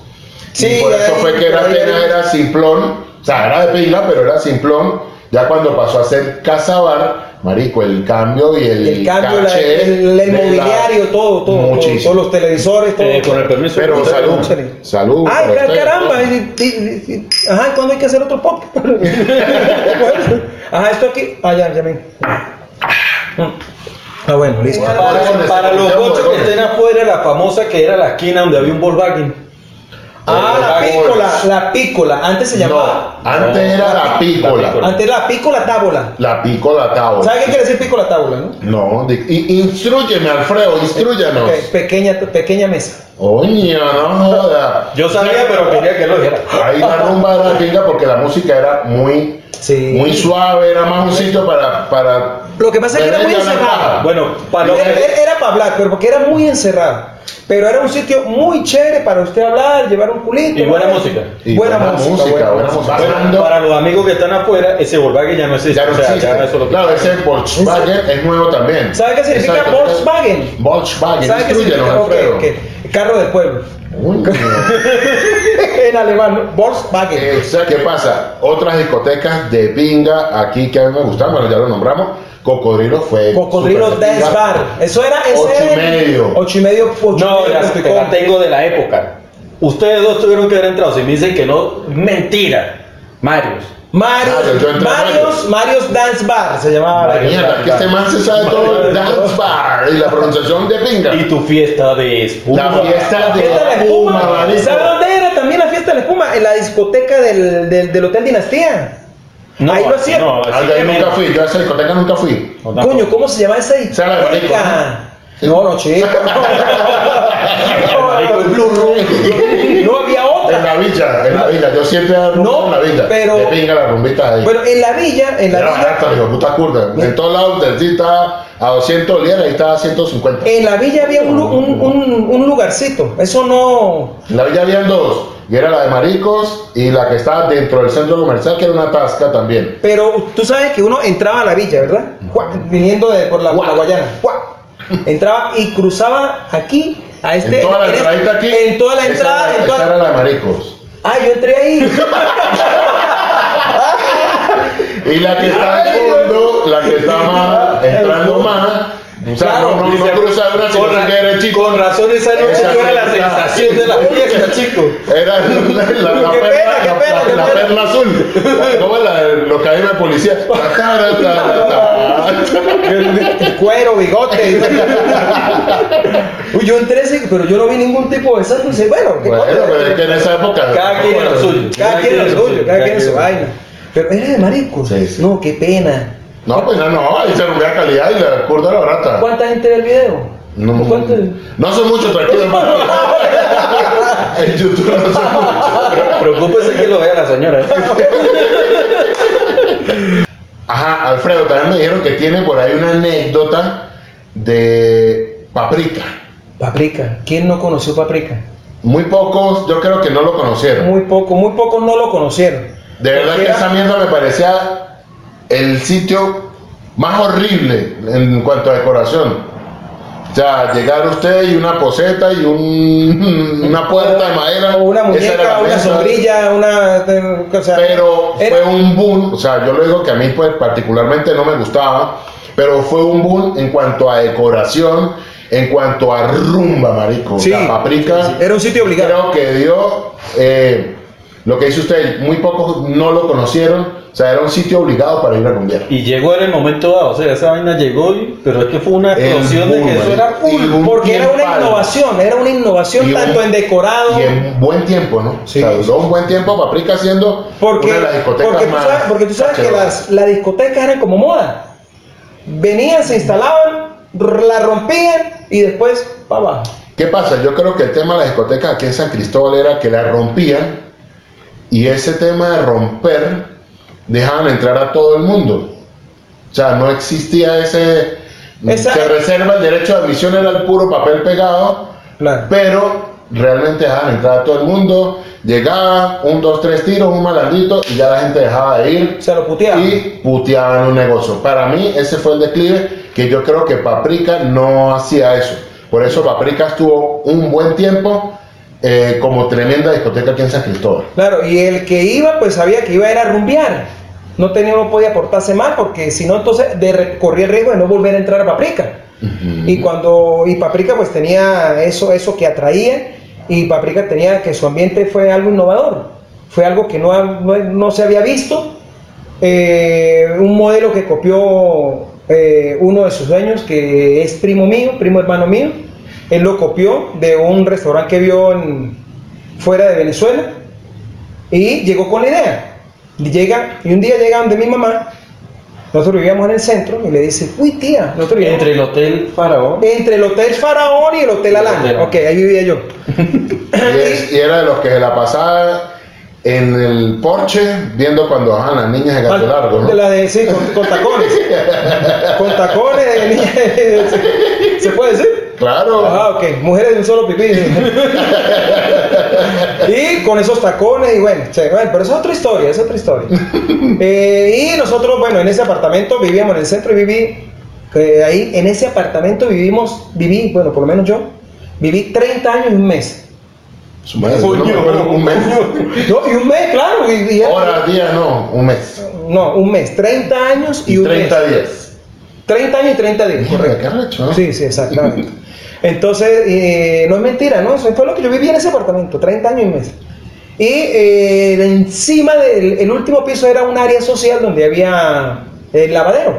Speaker 4: Sí,
Speaker 1: y por eso
Speaker 4: ahí-
Speaker 1: fue que era
Speaker 4: ahí-
Speaker 1: Atenas era simplón. O sea, era de pila, pero era simplón. Ya cuando pasó a ser Casabar, marico, el cambio y el,
Speaker 4: el cambio, la-
Speaker 1: caché
Speaker 4: el, el
Speaker 1: de la-
Speaker 4: mobiliario, todo, todo, todo,
Speaker 1: Muchísimo.
Speaker 4: todos los televisores, todo.
Speaker 3: Eh, con el permiso.
Speaker 1: Pero salud, salud.
Speaker 4: Ay,
Speaker 1: para
Speaker 4: ca-
Speaker 1: ustedes.
Speaker 4: caramba, eh, ti- ti- ajá, ¿cuándo hay que hacer otro podcast? Ajá, esto aquí, ah, ya, ya me. Ah, bueno, listo.
Speaker 3: Para, para los bochos que estén afuera, la famosa que era la esquina donde había un Volkswagen.
Speaker 4: Ah, la
Speaker 1: Dragones.
Speaker 4: pícola, la pícola. Antes se llamaba.
Speaker 1: No, antes era la pícola.
Speaker 4: Antes era la pícola tábola.
Speaker 1: La pícola tábola.
Speaker 4: ¿Sabes qué quiere decir pícola tábola? No?
Speaker 1: No, di- i- instrúyeme, Alfredo, instruyanos.
Speaker 4: Pe- pequeña, pequeña mesa.
Speaker 1: Oña, no joda.
Speaker 3: Yo sabía, pero quería que lo dijera.
Speaker 1: Ahí la rumba era pinga porque la música era muy,
Speaker 4: Sí.
Speaker 1: muy suave, era más un sitio para, para.
Speaker 4: Lo que pasa es que era
Speaker 1: tener
Speaker 4: muy
Speaker 1: hablar
Speaker 4: encerrada.
Speaker 1: paja.
Speaker 3: Bueno, para los
Speaker 4: Era,
Speaker 3: que-
Speaker 4: era- era para hablar, pero porque era muy encerrado. Pero era un sitio muy chévere para usted hablar, llevar un culito.
Speaker 3: Y buena
Speaker 4: ¿no?
Speaker 3: música.
Speaker 1: Y
Speaker 4: buena, música. buena música.
Speaker 1: música.
Speaker 3: Bueno,
Speaker 1: Pasando-
Speaker 3: para los amigos que están afuera, ese Volkswagen ya no existe.
Speaker 1: Ya no
Speaker 3: o sea,
Speaker 1: existe.
Speaker 3: ya eso lo
Speaker 1: claro, ese Volkswagen es nuevo también.
Speaker 4: ¿Sabe qué significa
Speaker 1: Exacto.
Speaker 4: Volkswagen?
Speaker 1: Volkswagen.
Speaker 4: ¿Sabes qué
Speaker 1: Instruyenos,
Speaker 4: significa? Ok,
Speaker 1: Alfredo.
Speaker 4: ok. Carro de pueblo.
Speaker 1: Uy,
Speaker 4: en alemán, ¿no? Volkswagen.
Speaker 1: Exacto. Eh, ¿Qué pasa? Otras discotecas de pinga aquí que a mí me gustan, bueno, ya lo nombramos. Cocodrilo fue.
Speaker 4: Cocodrilo
Speaker 1: super
Speaker 4: Dance
Speaker 1: pinga.
Speaker 4: Bar. Eso era ese.
Speaker 1: Ocho y medio.
Speaker 4: Ocho y medio. ocho y
Speaker 3: No,
Speaker 4: medio,
Speaker 3: ya
Speaker 4: te
Speaker 3: te la tengo de la época. Ustedes dos tuvieron que haber entrado. Si me dicen que no, mentira. Marios.
Speaker 1: Mario,
Speaker 4: Marios,
Speaker 1: yo entré a
Speaker 4: Marios, Marios Dance Bar se llamaba.
Speaker 1: Ah,
Speaker 4: la-
Speaker 1: Mierda, que este man se sabe todo el Dance Bar y la pronunciación de pinga.
Speaker 3: Y tu fiesta de espuma.
Speaker 1: La fiesta
Speaker 4: La
Speaker 1: de
Speaker 4: fiesta de la espuma.
Speaker 1: marico.
Speaker 4: ¿Sabe dónde era también la fiesta de la espuma? En la discoteca del, del, del Hotel Dinastía.
Speaker 3: No,
Speaker 4: Ahí lo hacían.
Speaker 3: No,
Speaker 1: Ah,
Speaker 3: así
Speaker 1: yo
Speaker 3: que
Speaker 1: ahí nunca
Speaker 3: menos.
Speaker 1: fui, yo a esa discoteca nunca fui.
Speaker 3: No, tampoco.
Speaker 4: Coño, ¿cómo se llamaba esa
Speaker 1: Sala de
Speaker 4: discoteca?
Speaker 1: marico,
Speaker 4: No, no, chico.
Speaker 3: Marico, el Blue
Speaker 4: No, no había
Speaker 1: En
Speaker 4: otra.
Speaker 1: la villa, en la villa, yo siempre rumbo
Speaker 4: No,
Speaker 1: en la villa.
Speaker 4: pero-
Speaker 1: De pinga la rumbita ahí.
Speaker 4: Bueno, en la villa, en la
Speaker 1: Era
Speaker 4: villa,
Speaker 1: barata, hijo de puta kurda. En todos lados, del sí está a 200 libras, ahí está a 150.
Speaker 4: en la villa había un, lu- un, un, un lugarcito. Eso no.
Speaker 1: En la villa habían dos, y era la de maricos y la que estaba dentro del centro comercial, que era una tasca también.
Speaker 4: Pero tú sabes que uno entraba a la villa, ¿verdad? Guac, Viniendo de por la, por la Guayana. Guac. Entraba y cruzaba aquí a este.
Speaker 1: en toda la
Speaker 4: en este-
Speaker 1: entrada aquí.
Speaker 4: En toda la
Speaker 1: esa
Speaker 4: entrada.
Speaker 1: era-
Speaker 4: en toda-
Speaker 1: esa era la de maricos.
Speaker 4: Ah, yo entré ahí.
Speaker 1: Y la que está al fondo, la que está más, entrando más, o sea,
Speaker 4: Claro,
Speaker 1: no, no, no cruza una sino que era chico.
Speaker 3: Con razón esa noche
Speaker 1: Esa
Speaker 3: yo era la
Speaker 1: fiesta.
Speaker 3: sensación de la fiesta, chico.
Speaker 1: Era la, la- la
Speaker 4: Qué
Speaker 1: perla,
Speaker 4: pena, qué
Speaker 1: la-
Speaker 4: pena,
Speaker 1: la-
Speaker 4: qué
Speaker 1: la
Speaker 4: pena.
Speaker 1: perla azul. ¿Cómo es la de los cadenas de policía? Ta, ta, ta, ta, ta.
Speaker 4: Cuero, bigote. Uy, yo entré ese, pero yo no vi ningún tipo de santo. Y dice, bueno, ¿qué
Speaker 1: Bueno,
Speaker 4: coño?
Speaker 1: pero es que en esa época.
Speaker 3: Cada quien en lo suyo.
Speaker 4: Cada quien en lo suyo, cada quien en su
Speaker 3: en
Speaker 4: vaina. Pero era de marico.
Speaker 1: Sí, sí.
Speaker 4: No, qué pena.
Speaker 1: No, pues no, no, ahí se rompía calidad y la curda era barata.
Speaker 4: ¿Cuánta gente ve el video?
Speaker 1: No,
Speaker 4: ¿Cuánto?
Speaker 1: no son muchos, tranquilo, hermano. En YouTube no son muchos.
Speaker 3: Preocúpese que lo vea la señora. ¿eh?
Speaker 1: Ajá, Alfredo, también me dijeron que tiene por ahí una anécdota de Paprika.
Speaker 4: Paprika. ¿Quién no conoció Paprika?
Speaker 1: Muy pocos, yo creo que no lo conocieron.
Speaker 4: Muy poco, muy pocos no lo conocieron.
Speaker 1: De verdad que
Speaker 4: Porque era-
Speaker 1: esa mierda me parecía el sitio más horrible en cuanto a decoración. O sea, llegar usted y una poseta y un- una puerta de madera.
Speaker 4: O una
Speaker 1: esa era la
Speaker 4: muñeca, una
Speaker 1: mesa.
Speaker 4: sombrilla, una. eh, o sea,
Speaker 1: Pero
Speaker 4: era-
Speaker 1: fue un boom, o sea, yo lo digo que a mí pues particularmente no me gustaba, pero fue un boom en cuanto a decoración, en cuanto a rumba, marico.
Speaker 4: Sí,
Speaker 1: la paprika.
Speaker 4: sí, sí. Era un sitio
Speaker 1: Creo
Speaker 4: obligado.
Speaker 1: que dio eh, lo que dice usted, muy pocos no lo conocieron, o sea, era un sitio obligado para ir a rumbear.
Speaker 3: Y llegó en el momento dado, o sea, esa vaina llegó, y- pero es que fue una
Speaker 1: El
Speaker 3: explosión de
Speaker 1: boom,
Speaker 3: que eso era
Speaker 1: marico. Y
Speaker 3: full.
Speaker 1: un
Speaker 4: Porque era una
Speaker 1: tiempo.
Speaker 4: innovación, era una innovación
Speaker 1: Y un-
Speaker 4: tanto en decorado.
Speaker 1: Y en buen tiempo, ¿no?
Speaker 4: Sí.
Speaker 1: O sea, duró un buen tiempo Paprika siendo
Speaker 4: Porque,
Speaker 1: una de las discotecas
Speaker 4: porque, tú
Speaker 1: más
Speaker 4: sabes, porque tú sabes que
Speaker 1: cacherosas.
Speaker 4: las, las discotecas eran como moda. Venían, se instalaban, r- la rompían y después pa' abajo.
Speaker 1: ¿Qué pasa? Yo creo que el tema de las discotecas aquí en San Cristóbal era que la rompían y ese tema de romper dejaban entrar a todo el mundo. O sea, no existía ese...
Speaker 4: Esa-
Speaker 1: Se reserva el derecho de admisión, era el puro papel pegado,
Speaker 4: Claro.
Speaker 1: pero realmente dejaban entrar a todo el mundo. Llegaba un, dos, tres tiros, un malandrito y ya la gente dejaba de ir
Speaker 4: Se lo puteaban.
Speaker 1: y puteaban un negocio. Para mí ese fue el declive que yo creo que Paprika no hacía eso. Por eso Paprika estuvo un buen tiempo eh, como tremenda discoteca aquí en San Cristóbal.
Speaker 4: Claro, y el que iba, pues sabía que iba era a rumbear. No tenía, no podía portarse mal, porque si no, entonces de, re- corría el riesgo de no volver a entrar a Paprika. Y cuando, y Paprika pues tenía eso, eso que atraía, y Paprika tenía que su ambiente fue algo innovador, fue algo que no, ha- no, no se había visto, eh, un modelo que copió eh, uno de sus dueños, que es primo mío, primo hermano mío. Él lo copió de un restaurante que vio en- fuera de Venezuela y llegó con la idea. Y, llega, y un día llega donde mi mamá, nosotros vivíamos en el centro, y le dice, uy tía, nosotros vivíamos-
Speaker 2: Entre el Hotel Faraón.
Speaker 4: entre el Hotel Faraón y el Hotel Alhambra.
Speaker 2: Hotel.
Speaker 4: Ok, ahí vivía yo.
Speaker 1: Y, es- y era de los que se la pasaba en el porche viendo cuando bajaban las niñas de gato largo, ¿no?
Speaker 4: De la de, sí, con, con tacones. con tacones de niña. ¿se- ¿Se puede decir?
Speaker 1: Claro.
Speaker 4: Ah, ok. Mujeres de un solo pipí. y con esos tacones, y bueno, che, bueno, pero eso es otra historia, es otra historia. Eh, y nosotros, bueno, en ese apartamento vivíamos en el centro y viví. eh, ahí, en ese apartamento vivimos, viví, bueno, por lo menos yo, viví 30 años y un mes.
Speaker 1: Su madre, yo no me acuerdo, un mes.
Speaker 4: No, y un mes, claro. Y, y-
Speaker 1: Hora, día, no, un mes.
Speaker 4: No, un mes, 30 años y,
Speaker 1: Y
Speaker 4: un
Speaker 1: 30
Speaker 4: mes.
Speaker 1: días.
Speaker 4: 30 años y 30 días,
Speaker 1: Correcto,
Speaker 4: correcto.
Speaker 1: qué arrecho, ¿no?
Speaker 4: Sí, sí, exactamente. Entonces, eh, no es mentira, ¿no? Eso fue lo que yo viví en ese apartamento, 30 años y meses. Y eh, encima del el último piso era un área social donde había el lavadero.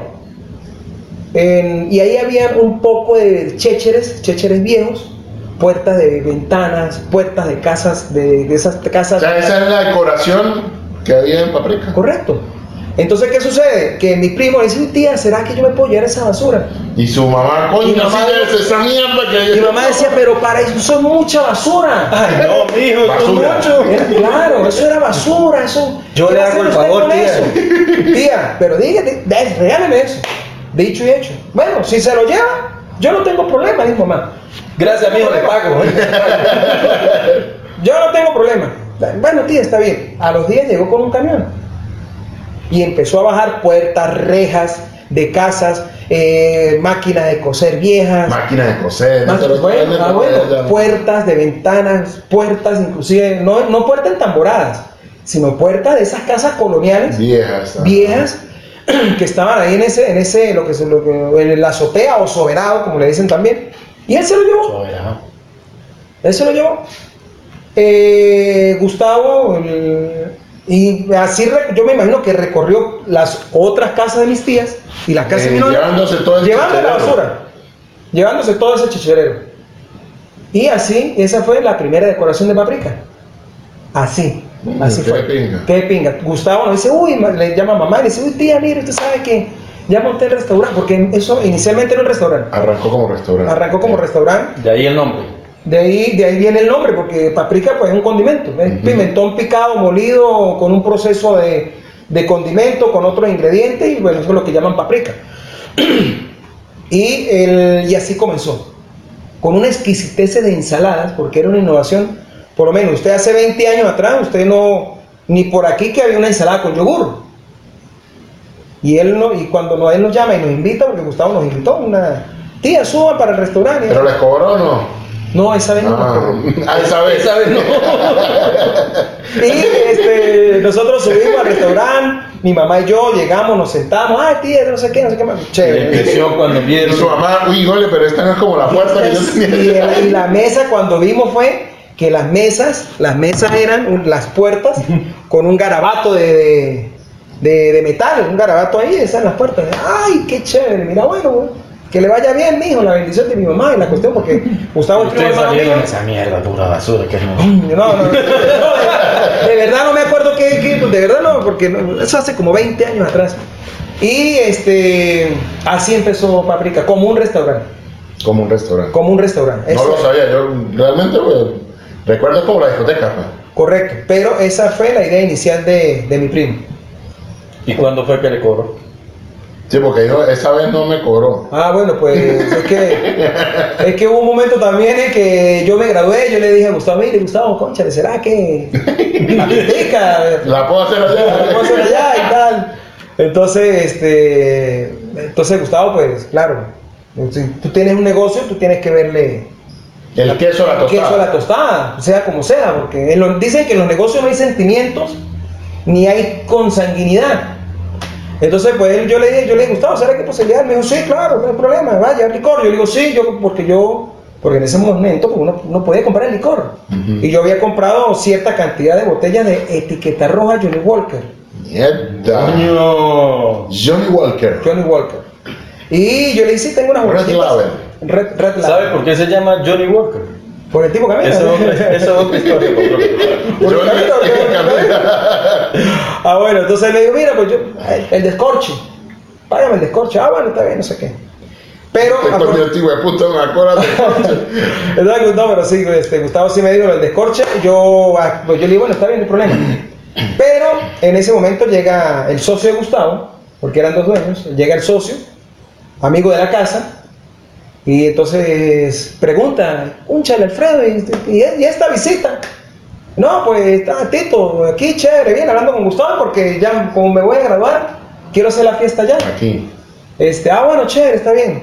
Speaker 4: En- y ahí había un poco de chécheres, chécheres viejos, puertas de ventanas, puertas de casas, de, de esas
Speaker 1: O
Speaker 4: casas.
Speaker 1: sea, esa es la decoración que había en Paprika.
Speaker 4: Correcto. Entonces, ¿qué sucede? Que mi primo le dice, "Uy, tía, ¿será que yo me puedo llevar esa basura?
Speaker 1: Y su mamá,
Speaker 4: Y
Speaker 1: coño,
Speaker 4: mamá-
Speaker 1: así es esa mierda que
Speaker 4: Mi mamá decía, pero para eso son mucha basura.
Speaker 3: Ay, no, mijo, eso es
Speaker 1: Basura.
Speaker 3: mucho.
Speaker 4: Era- claro, eso era basura, eso.
Speaker 2: Yo
Speaker 4: ¿qué
Speaker 2: le
Speaker 4: va a
Speaker 2: hago
Speaker 4: hacer
Speaker 2: el
Speaker 4: usted
Speaker 2: favor,
Speaker 4: con
Speaker 2: tía.
Speaker 4: eso? Tía, pero dígate, de- regáleme eso. Dicho y hecho. Bueno, si se lo lleva, yo no tengo problema, dijo mamá.
Speaker 2: Gracias, mijo, le pago. ¿eh?
Speaker 4: Yo no tengo problema. Bueno, tía, está bien. A los 10 llegó con un camión. Y empezó a bajar puertas, rejas de casas, eh, máquinas de coser viejas.
Speaker 1: Máquina de coser.
Speaker 4: Más-
Speaker 1: ¿no? Pero-
Speaker 4: bueno, ah, bueno,
Speaker 1: Ya.
Speaker 4: puertas de ventanas, puertas inclusive, no, no puertas entamboradas, sino puertas de esas casas coloniales
Speaker 1: Viejas. ah.
Speaker 4: viejas que estaban ahí en ese, en ese, lo que se, lo que- en la azotea o soberado, como le dicen también. Y él se lo llevó, él se lo llevó. Eh, Gustavo, el- y así re- yo me imagino que recorrió las otras casas de mis tías y las casas
Speaker 1: Eh,
Speaker 4: de mi novia
Speaker 1: llevándose todo el
Speaker 4: llevando la
Speaker 1: chicherero.
Speaker 4: basura, llevándose todo ese chicherero. Y así, esa fue la primera decoración de paprika. Así,
Speaker 1: Mm,
Speaker 4: así
Speaker 1: qué
Speaker 4: fue.
Speaker 1: pinga.
Speaker 4: Qué pinga. Gustavo nos dice, uy, ma- le llama a mamá y le dice, uy, tía, mire, usted sabe que ya monté el restaurante, porque eso inicialmente era un restaurante.
Speaker 1: Arrancó como restaurante.
Speaker 4: Arrancó como restaurante,
Speaker 2: De ahí el nombre.
Speaker 4: de ahí, de ahí viene el nombre, porque paprika pues, es un condimento, es
Speaker 1: Ujú.
Speaker 4: pimentón picado, molido, con un proceso de, de condimento, con otros ingredientes, y bueno, eso es lo que llaman paprika. Y, el- y así comenzó. Con una exquisitez de ensaladas, porque era una innovación. Por lo menos, usted hace 20 años atrás, usted no. Ni por aquí que había una ensalada con yogur. Y él no, y cuando no, él nos llama y nos invita, porque Gustavo nos invitó, una tía, suba para el restaurante.
Speaker 1: ¿Pero les cobró o no?
Speaker 4: No, esa vez no.
Speaker 1: Ah, a esa vez.
Speaker 2: Esa vez no.
Speaker 4: Y este, nosotros subimos al restaurante, mi mamá y yo llegamos, nos sentamos, ay tía, no sé qué, no sé qué más.
Speaker 2: Le
Speaker 4: Chévere.
Speaker 2: creció cuando
Speaker 1: Y
Speaker 2: vieron.
Speaker 1: su mamá, uy, gole, pero esta no es como la puerta que yo
Speaker 4: Y
Speaker 1: tenía.
Speaker 4: la, y la mesa cuando vimos fue que las mesas, las mesas eran un- las puertas con un garabato de, de, de- de metal, un garabato ahí, esas las puertas. Ay, qué chévere, mira, bueno, güey, que le vaya bien, mijo, la bendición de mi mamá y la cuestión, porque Gustavo es primo
Speaker 2: Ustedes
Speaker 4: hermano
Speaker 2: salieron
Speaker 4: mío.
Speaker 2: esa mierda, pura basura, que no.
Speaker 4: No, no, no. De verdad no me acuerdo qué, qué- pues, de verdad no, porque no, eso hace como 20 años atrás. Y este, así empezó Paprika, como un restaurante,
Speaker 1: Como un restaurante.
Speaker 4: como un restaurante.
Speaker 1: No
Speaker 4: Eso-
Speaker 1: lo sabía, yo realmente, pues, recuerdo como la discoteca. pues.
Speaker 4: Correcto, pero esa fue la idea inicial de, de mi primo.
Speaker 2: ¿Y cuándo fue que le cobró?
Speaker 1: Sí, porque dijo, esa vez no me cobró.
Speaker 4: Ah, bueno, pues es que, es que hubo un momento también en que yo me gradué, yo le dije a Gustavo, mire Gustavo, concha, ¿será que... Paprika,
Speaker 1: La puedo hacer
Speaker 4: la
Speaker 1: allá.
Speaker 4: cosa de allá y tal. Entonces, este, entonces Gustavo, pues, claro, si tú tienes un negocio, tú tienes que verle
Speaker 1: El queso a la tostada.
Speaker 4: queso a la tostada, sea como sea, porque en los- dicen que en los negocios no hay sentimientos ni hay consanguinidad. Entonces, pues él- yo le dije, yo le dije, Gustavo, ¿será que posibilidad? Me dijo, sí, claro, no hay problema, vaya, licor. Yo le digo, sí, yo, porque yo, porque en ese momento pues, uno, uno podía comprar el licor.
Speaker 1: Ujú.
Speaker 4: Y yo había comprado cierta cantidad de botellas de etiqueta roja Johnny Walker.
Speaker 1: Mierda.
Speaker 2: Coño.
Speaker 1: Johnny Walker.
Speaker 4: Johnny Walker. Y yo le dije, sí, tengo unas
Speaker 1: Red
Speaker 4: bolsitas.
Speaker 1: Label.
Speaker 4: Red, Red Label.
Speaker 2: ¿Sabe por qué se llama Johnny Walker?
Speaker 4: Por el tipo que había.
Speaker 2: Eso es otra- eso es otra historia.
Speaker 4: Por el
Speaker 1: Johnny-
Speaker 4: carrito, por el Ah, bueno, entonces le digo, mira, pues yo, el descorche, págame el descorche, ah, bueno, está bien, no sé qué. Pero,
Speaker 1: Te escondió este hijo de puta, me acuerdo.
Speaker 4: Exacto, no, pero sí, este, Gustavo sí me dijo el descorche, yo, ah, pues yo le digo, bueno, está bien, no hay problema. Pero en ese momento llega el socio de Gustavo, porque eran dos dueños, llega el socio, amigo de la casa, y entonces pregunta, cúnchale Alfredo, ¿y, y, y esta visita? No, pues está Tito, aquí chévere, bien, hablando con Gustavo, porque ya como me voy a graduar, quiero hacer la fiesta ya.
Speaker 1: Aquí.
Speaker 4: Este, ah, bueno, chévere, está bien.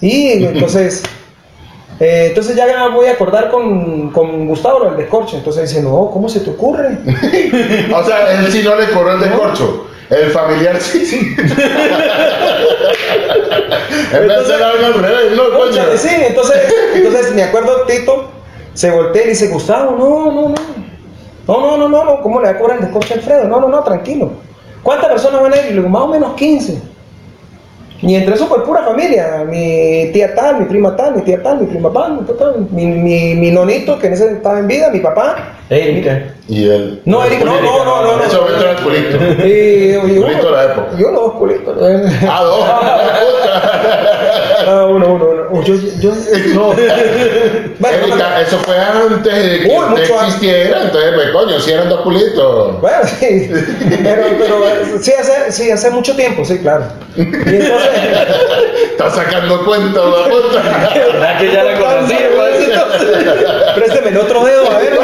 Speaker 4: Y entonces, eh, entonces ya voy a acordar con, con Gustavo lo del descorche. Entonces dice, no, ¿cómo se te ocurre?
Speaker 1: O sea, él sí no le cobró el descorcho. El familiar sí, sí. en vez de hacer algo al revés, no, coño.
Speaker 4: Cónchale, sí, entonces, entonces me acuerdo Tito se voltea y le dice, Gustavo, no, no, no. No, no, no, no, no, ¿cómo le va a cobrar el descorche a Alfredo? No, no, no, tranquilo. ¿Cuántas personas van a ir? Y le digo, más o menos 15. Y entre eso pues pura familia, mi tía tal, mi prima tal, mi tía tal, mi prima tal, mi, tía tal, mi, mi, mi nonito que en ese estaba en vida, mi papá,
Speaker 2: Erika.
Speaker 1: Y él.
Speaker 4: No, Eric, no, no, no, no.
Speaker 1: En ese
Speaker 4: no.
Speaker 1: momento era el culito.
Speaker 4: Sí, yo- yo-
Speaker 1: Culito de la época.
Speaker 4: Yo no, culito. No,
Speaker 1: Ah, dos.
Speaker 4: Ah, uno, uno, uno. Yo, yo, no. Bueno,
Speaker 1: Erika, eso fue antes de que
Speaker 4: Uy,
Speaker 1: usted
Speaker 4: mucho antes.
Speaker 1: existiera. Entonces, pues, coño, si eran dos culitos.
Speaker 4: Bueno, sí, pero, pero sí, hace, sí, hace mucho tiempo, sí, claro. Y entonces,
Speaker 1: Está sacando cuenta, la puta.
Speaker 2: ¿Verdad que ya la conocí? pues.
Speaker 4: présteme el otro dedo, a ver.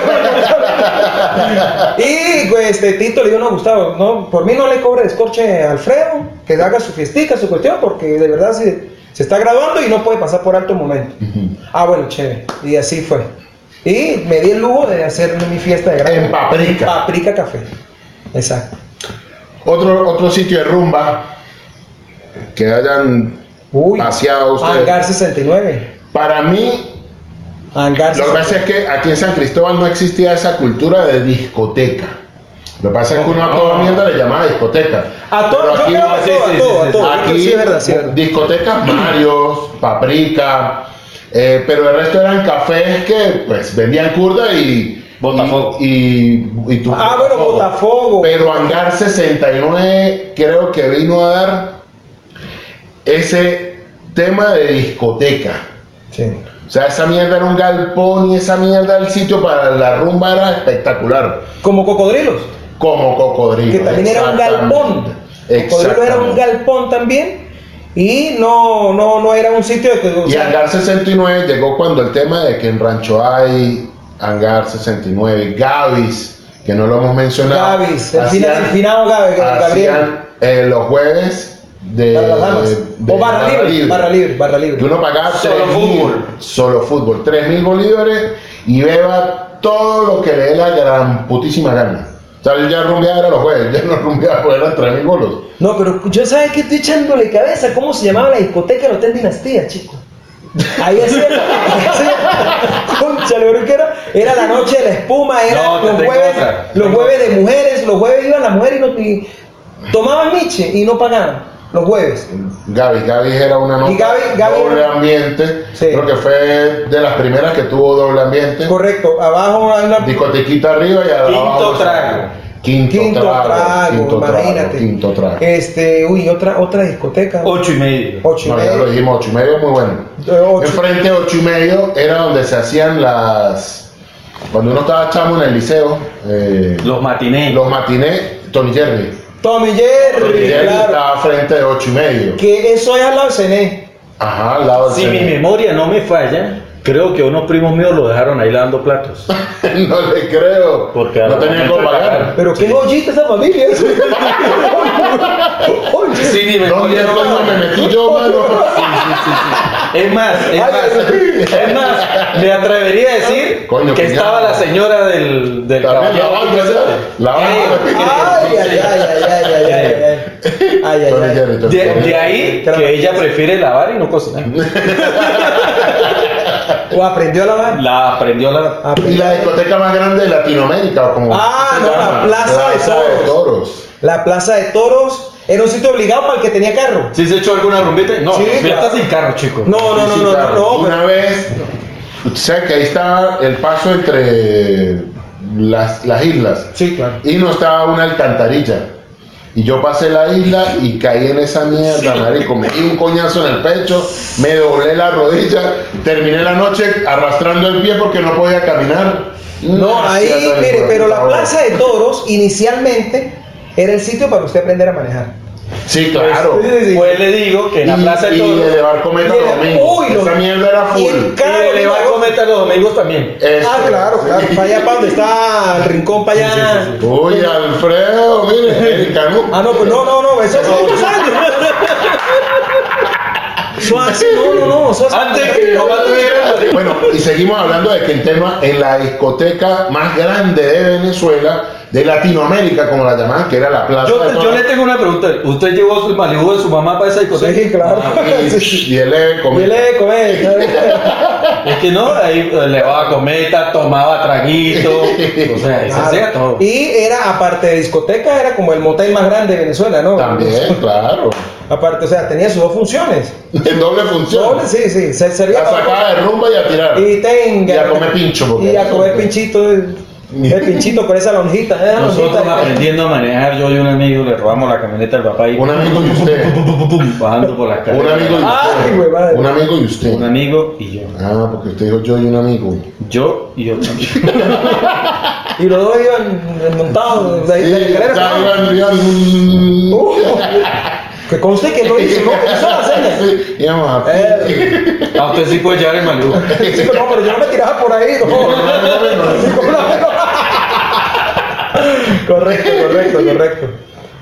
Speaker 4: Y pues, este, Tito le dijo, no, Gustavo, no, por mí no le cobre descorche a Alfredo, que haga su fiestica, su cuestión, porque de verdad se, se está graduando y no puede pasar por alto momento. Ah, bueno, chévere. Y así fue. Y me di el lujo de hacer mi fiesta de grado.
Speaker 1: En Paprika.
Speaker 4: Paprika Café. Exacto.
Speaker 1: Otro, otro sitio de rumba que hayan
Speaker 4: Uy.
Speaker 1: paseado ustedes.
Speaker 4: Hangar 69.
Speaker 1: Para mí,
Speaker 4: Hangar
Speaker 1: Lo que
Speaker 4: 69.
Speaker 1: pasa es que aquí en San Cristóbal no existía esa cultura de discoteca. Lo que pasa es que uno a toda mierda le llamaba discoteca.
Speaker 4: A todo,
Speaker 1: Pero
Speaker 4: yo
Speaker 1: aquí,
Speaker 4: creo que a
Speaker 2: sí,
Speaker 4: todo,
Speaker 2: sí,
Speaker 4: a todo,
Speaker 2: sí,
Speaker 4: a todo.
Speaker 1: aquí
Speaker 4: sí, es verdad, sí, es verdad.
Speaker 1: discotecas Marios, Paprika, eh, pero el resto eran cafés que pues vendían curda y...
Speaker 2: Botafogo.
Speaker 1: Y, y- y tú-
Speaker 4: Ah, bueno, Botafogo.
Speaker 1: Pero Hangar 69 creo que vino a dar ese tema de discoteca.
Speaker 4: Sí.
Speaker 1: O sea, esa mierda era un galpón y esa mierda el sitio para la rumba era espectacular.
Speaker 4: Como cocodrilos.
Speaker 1: Como cocodrilo.
Speaker 4: que también era un
Speaker 1: exactamente.
Speaker 4: galpón. Cocodrilo era un
Speaker 1: Exactamente.
Speaker 4: galpón también. Y no, no, no era un sitio de que. o
Speaker 1: Y
Speaker 4: sea,
Speaker 1: Hangar 69 llegó cuando el tema de que en Rancho hay Hangar 69, Gavis, que no lo hemos mencionado.
Speaker 4: Gavis, el fina-
Speaker 1: hacían-
Speaker 4: el finado Gavis, Gabriel.
Speaker 1: hacían, Ah, eh, los jueves de,
Speaker 4: Para las damas.
Speaker 1: de
Speaker 4: o barra libre, barra libre, barra libre.
Speaker 1: Que uno pagaba
Speaker 2: Solo
Speaker 1: tres
Speaker 2: fútbol.
Speaker 1: mil- solo fútbol, 3 mil bolívares y beba todo lo que le dé la gran putísima gana. O sea, yo ya rumbeaba era los jueves, ya no rumbeaba porque eran 3 mil bolos.
Speaker 4: No, pero yo sabes que estoy echándole cabeza. ¿Cómo se llamaba la discoteca del Hotel Dinastía, chico? Ahí hacía. ahí hacía- Cónchale, bro, que era, era la noche de la espuma, era
Speaker 2: No, te
Speaker 4: los
Speaker 2: tengo
Speaker 4: jueves,
Speaker 2: otra, te
Speaker 4: los
Speaker 2: tengo
Speaker 4: jueves de mujeres, los jueves iban las mujeres y, no, y tomaban miche y no pagaban. Los jueves.
Speaker 1: Gavis, Gavis era una nota
Speaker 4: Y Gavis- Gavis-
Speaker 1: doble ambiente,
Speaker 4: Sí.
Speaker 1: creo que fue de las primeras que tuvo doble ambiente.
Speaker 4: Correcto, abajo hay una.
Speaker 1: Discotequita arriba y abajo.
Speaker 2: Quinto trago.
Speaker 1: Quinto,
Speaker 4: Quinto trago,
Speaker 1: trago, quinto trago,
Speaker 4: imagínate.
Speaker 1: quinto trago.
Speaker 4: Este, uy, otra, otra discoteca.
Speaker 2: Ocho y medio.
Speaker 4: Ocho y
Speaker 1: No, ya
Speaker 4: medio.
Speaker 1: lo dijimos, ocho y medio, muy bueno.
Speaker 4: Eh, ocho.
Speaker 1: Enfrente de ocho y medio era donde se hacían las. Cuando uno estaba chamo en el liceo, eh,
Speaker 2: Los matinés.
Speaker 1: los matinés, Tony Jerry.
Speaker 4: Tommy
Speaker 1: Tony
Speaker 4: Jerry,
Speaker 1: Jerry
Speaker 4: claro.
Speaker 1: estaba frente de ocho y medio.
Speaker 4: Que eso es al eh. lado del Cené.
Speaker 1: Ajá, al lado del
Speaker 2: Si mi
Speaker 1: cine.
Speaker 2: memoria no me falla, creo que unos primos míos lo dejaron ahí lavando platos.
Speaker 1: No le creo.
Speaker 2: Porque
Speaker 1: no
Speaker 2: al
Speaker 1: tenía
Speaker 2: momento
Speaker 1: que
Speaker 2: de
Speaker 1: pagar.
Speaker 2: pagar.
Speaker 4: Pero qué joyita esa familia. Oye,
Speaker 2: Sí, mi
Speaker 1: ¿Dónde
Speaker 2: memoria no me
Speaker 1: coño me
Speaker 2: falla.
Speaker 1: metí yo, mano?
Speaker 2: Es más, es
Speaker 4: Ay,
Speaker 2: más,
Speaker 4: Dios
Speaker 2: es más, me atrevería a decir
Speaker 1: Coño,
Speaker 2: que
Speaker 1: que ya.
Speaker 2: estaba la señora del, del
Speaker 1: También la
Speaker 2: caballero.
Speaker 1: banca, ¿sabes? La banca.
Speaker 4: Ay, ay, ay, ay, ay, ay, ay, ay, ay, ay,
Speaker 1: Tony
Speaker 4: ay.
Speaker 1: Jerry, Tony
Speaker 2: De,
Speaker 1: Jerry.
Speaker 2: de ahí que ella prefiere lavar y no cocinar.
Speaker 4: O aprendió la vaina.
Speaker 2: La aprendió la.
Speaker 1: Y la discoteca más grande de Latinoamérica, o como.
Speaker 4: Ah,
Speaker 1: se
Speaker 4: no, la
Speaker 1: llama,
Speaker 4: Plaza de
Speaker 1: Plaza de
Speaker 4: Toros.
Speaker 1: Toros.
Speaker 4: La Plaza de Toros Era un sitio obligado para el que tenía carro.
Speaker 3: ¿Sí se echó alguna rumbita? No,
Speaker 4: Sí,
Speaker 3: ya
Speaker 4: claro.
Speaker 3: está sin carro, chico.
Speaker 4: No, no, no, no, no, no,
Speaker 1: Una
Speaker 4: pero-
Speaker 1: vez, o sea que ahí está el paso entre las, las islas.
Speaker 4: Sí, claro.
Speaker 1: Y no estaba una alcantarilla. Y yo pasé la isla y caí en esa mierda, marico. Me di un coñazo en el pecho, me doblé la rodilla, terminé la noche arrastrando el pie porque no podía caminar.
Speaker 4: No, ahí,
Speaker 1: Gracias al
Speaker 4: mire,
Speaker 1: hijo de
Speaker 4: pero la
Speaker 1: puta,
Speaker 4: Plaza de Toros inicialmente era el sitio para usted aprender a manejar.
Speaker 1: Sí, claro.
Speaker 4: Sí, sí, sí.
Speaker 3: Pues le digo que en la
Speaker 1: Y-
Speaker 3: plaza de
Speaker 1: y
Speaker 3: todos.
Speaker 1: elevar cometa
Speaker 4: Y
Speaker 1: los
Speaker 4: el-
Speaker 1: domingos.
Speaker 4: uy, los-
Speaker 1: Esa mierda era
Speaker 4: y
Speaker 1: full.
Speaker 4: el
Speaker 3: Y
Speaker 4: carro
Speaker 3: le
Speaker 4: iba-
Speaker 3: va a cometer los domingos también.
Speaker 1: Eso,
Speaker 4: Ah, claro,
Speaker 1: sí.
Speaker 4: claro, para allá para donde está el rincón, para allá.
Speaker 1: Uy, Alfredo, mire, el canú.
Speaker 4: Ah, no, pues no, no, no, eso hace muchos años. Eso hace, no, no, no, eso hace-
Speaker 3: Antes que mi mamá tuviera.
Speaker 1: Bueno, y seguimos hablando de que el tema en la discoteca más grande de Venezuela, de Latinoamérica, como la llamaban, que era la Plaza de
Speaker 3: Yo, yo
Speaker 1: Toros.
Speaker 3: le tengo una pregunta. ¿Usted llevó su Malibu de su mamá para esa discoteca?
Speaker 4: Sí, claro.
Speaker 1: Y-
Speaker 4: Sí, sí.
Speaker 1: Y él le
Speaker 4: Yo
Speaker 1: comió.
Speaker 4: le he comido, claro.
Speaker 3: Ah, Es que no, ahí eh, le va a cometa, tomaba traguito. O sea, eso hacía todo.
Speaker 4: Y era, aparte de discoteca, era como el motel más grande de Venezuela, ¿no?
Speaker 1: También, claro.
Speaker 4: Aparte, o sea, tenía sus dos funciones.
Speaker 1: En doble función.
Speaker 4: Doble, sí, sí, se servía
Speaker 1: La
Speaker 4: para-
Speaker 1: sacaba de rumba y a tirar.
Speaker 4: Y tenga.
Speaker 1: Y a comer pincho, porque-
Speaker 4: Y a comer pinchito. El el pinchito con esa lonjita. esa
Speaker 3: Nosotros
Speaker 4: lonjita.
Speaker 3: aprendiendo a manejar, yo y un amigo le robamos la camioneta al papá y
Speaker 1: Un amigo y usted.
Speaker 3: pum, pum, pum, pum, bajando por la calle.
Speaker 1: Un amigo y
Speaker 4: Ay, güey,
Speaker 1: usted.
Speaker 4: madre.
Speaker 1: Un amigo y usted.
Speaker 3: Un amigo y yo.
Speaker 1: Ah, porque usted dijo yo y un amigo.
Speaker 3: Yo y otro amigo.
Speaker 4: Y los dos iban montados de ahí de la
Speaker 1: Sí,
Speaker 4: escalera,
Speaker 1: ya
Speaker 4: ¿no?
Speaker 1: iban- iban-
Speaker 4: Uh, que conste que lo hizo, ¿no? Que hizo la seña.
Speaker 1: Sí, íbamos a-
Speaker 4: Eh,
Speaker 3: A Ah, usted sí puede llevar el Malibu.
Speaker 4: sí, pero no, pero yo no me tiraba por ahí, ¿no? Sí, como la- correcto, correcto, correcto.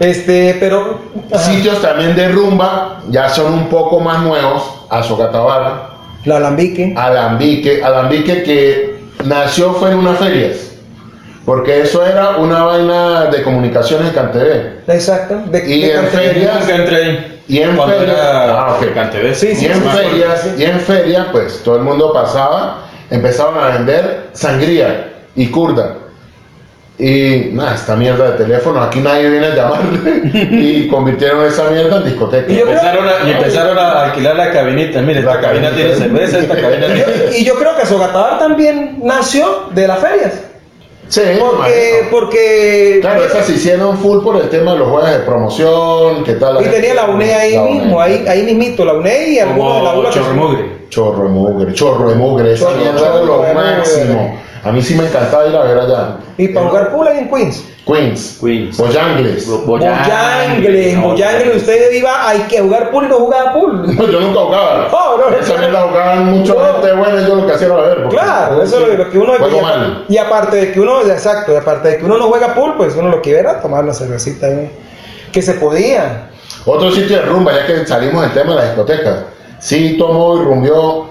Speaker 4: Este, pero. ajá.
Speaker 1: Sitios también de rumba, ya son un poco más nuevos, Azocatabar,
Speaker 4: La alambique.
Speaker 1: Alambique, Alambique que nació fue en unas ferias, porque eso era una vaina de comunicaciones de Cantebé.
Speaker 4: Exacto. De,
Speaker 1: Y
Speaker 4: de
Speaker 1: en
Speaker 4: Cantería.
Speaker 1: feria-
Speaker 3: Nunca entré ahí.
Speaker 1: Y en
Speaker 3: Cuando
Speaker 1: feria-
Speaker 3: era
Speaker 1: Ah, ok.
Speaker 3: Cantebé.
Speaker 4: Sí,
Speaker 1: Y
Speaker 4: sí,
Speaker 1: en
Speaker 4: sí, sí.
Speaker 1: ferias, y en feria, pues todo el mundo pasaba, empezaron a vender sangría y curda. Y nada, esta mierda de teléfono, aquí nadie viene a llamar. y convirtieron esa mierda en discoteca.
Speaker 4: Y yo-
Speaker 3: Empezaron a, y empezaron a alquilar las cabinitas. Mire, esta
Speaker 1: La
Speaker 3: cabina
Speaker 1: cabinita.
Speaker 3: tiene cerveza, esta cabina
Speaker 4: Y
Speaker 3: tiene.
Speaker 4: yo- Y yo creo que Sogatabar también nació de las ferias.
Speaker 1: Sí,
Speaker 4: Porque,
Speaker 1: marico.
Speaker 4: porque
Speaker 1: Claro, esas se hicieron full por el tema de los jueves de promoción, qué tal.
Speaker 4: y tenía la UNE ahí
Speaker 1: La
Speaker 4: mismo,
Speaker 1: UNED.
Speaker 4: ahí, ahí mismito, la UNE y algunos de la
Speaker 3: Como
Speaker 4: ULA que-
Speaker 3: chormugre.
Speaker 1: Chorro de mugre, chorro de mugre, esa
Speaker 4: Chorro,
Speaker 1: mierda
Speaker 4: chorro
Speaker 1: era lo
Speaker 4: de mugre.
Speaker 1: máximo. A mí sí me encantaba ir a ver allá.
Speaker 4: Y para jugar pool ahí en Queens.
Speaker 1: Queens.
Speaker 3: Queens.
Speaker 1: Boyangles.
Speaker 4: Boyangles,
Speaker 3: no,
Speaker 1: pues.
Speaker 4: Boyangles, usted iba a que jugar pool y no jugaba pool.
Speaker 1: No, yo nunca jugaba.
Speaker 4: Oh, no, no.
Speaker 1: Esa mierda jugaban mucha
Speaker 4: No.
Speaker 1: gente buena, yo lo que hacía era ver. porque-
Speaker 4: Claro, eso es lo que uno
Speaker 1: Juego
Speaker 4: y,
Speaker 1: mal.
Speaker 4: y aparte de que uno, exacto, y aparte de que uno no juega pool, pues uno lo que era tomar una cervecita ahí. Que se podía.
Speaker 1: Otro sitio de rumba, ya que salimos del tema de las discotecas. Sí tomó y rumbió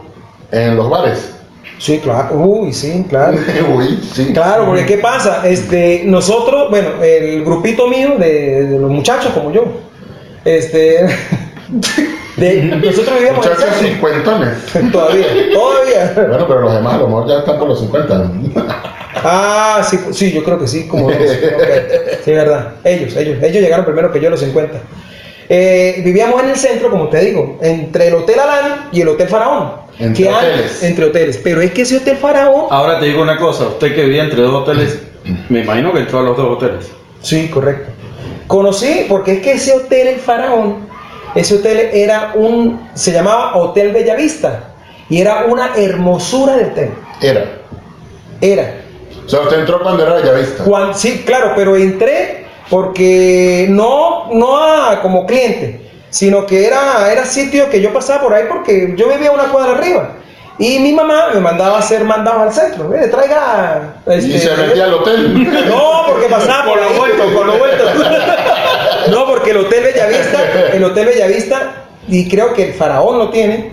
Speaker 1: en los bares.
Speaker 4: Sí, claro. Uy, sí, claro.
Speaker 1: Uy, sí.
Speaker 4: Ah. Claro, porque ¿qué pasa? Este, nosotros, bueno, el grupito mío de, de los muchachos como yo, este, de- nosotros vivíamos en
Speaker 1: Muchachos
Speaker 4: César.
Speaker 1: cincuentones.
Speaker 4: Todavía, todavía.
Speaker 1: Bueno, pero los demás a lo mejor ya están por los 50.
Speaker 4: Ah, sí, sí, yo creo que sí, como dos. ok. Sí, verdad. Ellos, ellos, ellos llegaron primero que yo a los 50. Eh, vivíamos en el centro, como te digo, entre el Hotel Alán y el Hotel Faraón.
Speaker 1: Entre
Speaker 4: que hay-
Speaker 1: hoteles. Ah.
Speaker 4: entre hoteles. Pero es que ese Hotel Faraón.
Speaker 3: Ahora te digo una cosa, usted que vivía entre dos hoteles, me imagino que entró a los dos hoteles.
Speaker 4: Sí, correcto. Conocí, porque es que ese hotel, el Faraón, ese hotel era un, se llamaba Hotel Bellavista, y era una hermosura de hotel.
Speaker 1: Era.
Speaker 4: Era.
Speaker 1: O sea, usted entró cuando era bellavista.
Speaker 4: Cuan- sí, claro, pero entré porque no, no a- como cliente, sino que era, era sitio que yo pasaba por ahí porque yo vivía una cuadra arriba. Y mi mamá me mandaba a hacer mandados al centro. Mire, traiga.
Speaker 1: Y
Speaker 4: este,
Speaker 1: se metía al hotel.
Speaker 4: No, porque pasaba por ahí.
Speaker 3: con lo vuelto.
Speaker 4: No, porque el Hotel Bellavista, el Hotel Bellavista, y creo que el faraón lo tiene,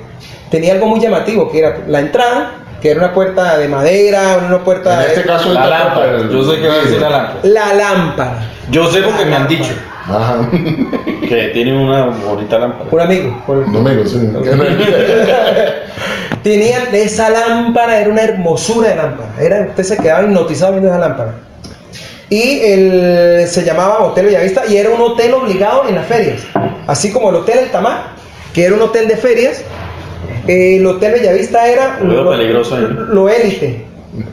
Speaker 4: tenía algo muy llamativo, que era la entrada, que era una puerta de madera, una
Speaker 1: En
Speaker 4: puerta eh. de...
Speaker 1: este caso,
Speaker 3: La
Speaker 1: entró
Speaker 3: lámpara,
Speaker 1: por el
Speaker 3: yo sé que va a decir la
Speaker 1: vidrio.
Speaker 3: lámpara.
Speaker 4: La lámpara.
Speaker 3: Yo sé porque me han dicho
Speaker 1: Ajá.
Speaker 3: que tiene una bonita lámpara.
Speaker 4: Un amigo. por-
Speaker 1: Domingo, sí.
Speaker 4: Tenía esa lámpara, era una hermosura de lámpara. Era, usted se quedaba hipnotizado viendo esa lámpara. Y el, se llamaba Hotel Bellavista y era un hotel obligado en las ferias. Así como el Hotel El Tamar, que era un hotel de ferias, eh, el Hotel Bellavista era
Speaker 3: Lo veo
Speaker 4: lo-
Speaker 3: peligroso ahí.
Speaker 4: lo élite.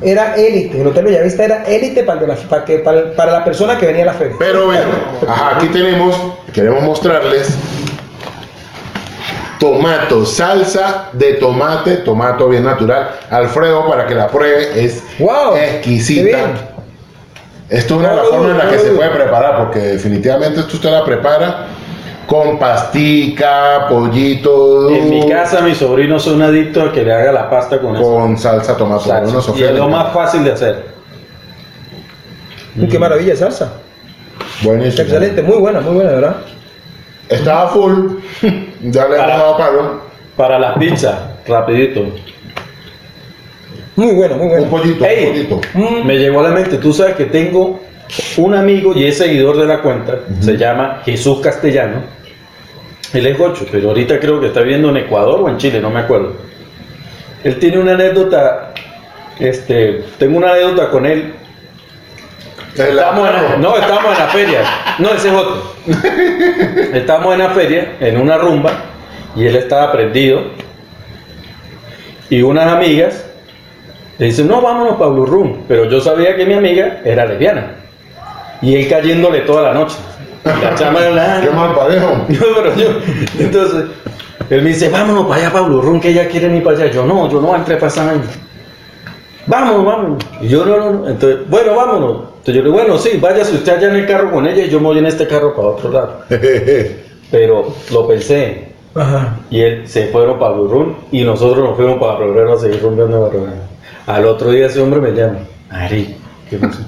Speaker 4: Era élite. El Hotel Bellavista era élite para, el de la- para, que- para- para la persona que venía a la feria.
Speaker 1: Pero bueno, ajá, aquí tenemos, queremos mostrarles tomato, salsa de tomate, tomato bien natural. Alfredo, para que la pruebe, es
Speaker 4: ¡Wow! ¡Qué
Speaker 1: exquisita.
Speaker 4: bien!
Speaker 1: Esto es una de las
Speaker 4: No lo
Speaker 1: formas en la
Speaker 4: dudo,
Speaker 1: que
Speaker 4: no lo
Speaker 1: se
Speaker 4: dudo.
Speaker 1: puede preparar, porque definitivamente esto usted la prepara con pastica, pollito,
Speaker 3: En mi casa mis sobrinos son adictos a que le haga la pasta con eso.
Speaker 1: con salsa tomate.
Speaker 3: Salsa.
Speaker 1: unos
Speaker 3: Y es
Speaker 1: sofrito.
Speaker 3: lo más fácil de hacer.
Speaker 4: Mm, ¡Qué maravilla de salsa!
Speaker 1: Buenísimo.
Speaker 4: Excelente, muy buena, muy buena, de ¿verdad?
Speaker 1: Estaba full, ya le he
Speaker 3: Para-
Speaker 1: dado palo.
Speaker 3: Para las pizzas, rapidito.
Speaker 4: Muy buena, muy
Speaker 1: Un
Speaker 4: buena.
Speaker 1: pollito,
Speaker 3: Ey.
Speaker 1: un pollito.
Speaker 4: Mm,
Speaker 3: Me llegó a la mente, tú sabes que tengo un amigo y es seguidor de la cuenta, se llama Jesús Castellano. Él es gocho, pero ahorita creo que está viviendo en Ecuador o en Chile, no me acuerdo. Él tiene una anécdota, este, tengo una anécdota con él. Estamos en la- no, estamos en la feria. No, ese es otro. Estamos en la feria, en una rumba, y él estaba prendido. Y unas amigas le dicen, no, vámonos para Blue Room. Pero yo sabía que mi amiga era lesbiana. Y él cayéndole toda la noche. Y La chama "Ah,
Speaker 1: Qué mal parejo.
Speaker 3: no, pero yo, entonces, él me dice, vámonos para allá, Pablo, Run, que ella quiere ir para allá. Yo, no, yo no voy a entrar para esa vaina. Vámonos, vámonos. Y yo, no, no, no. Entonces, bueno, vámonos. Entonces yo le digo, bueno, sí, váyase usted allá en el carro con ella y yo me voy en este carro para otro lado. Pero lo pensé.
Speaker 4: Ajá.
Speaker 3: Y él se fueron para Blue Run y nosotros nos fuimos para Progreso a seguir rumbeando en Barragán. Al otro día ese hombre me llama, Ari, ¿qué pasó?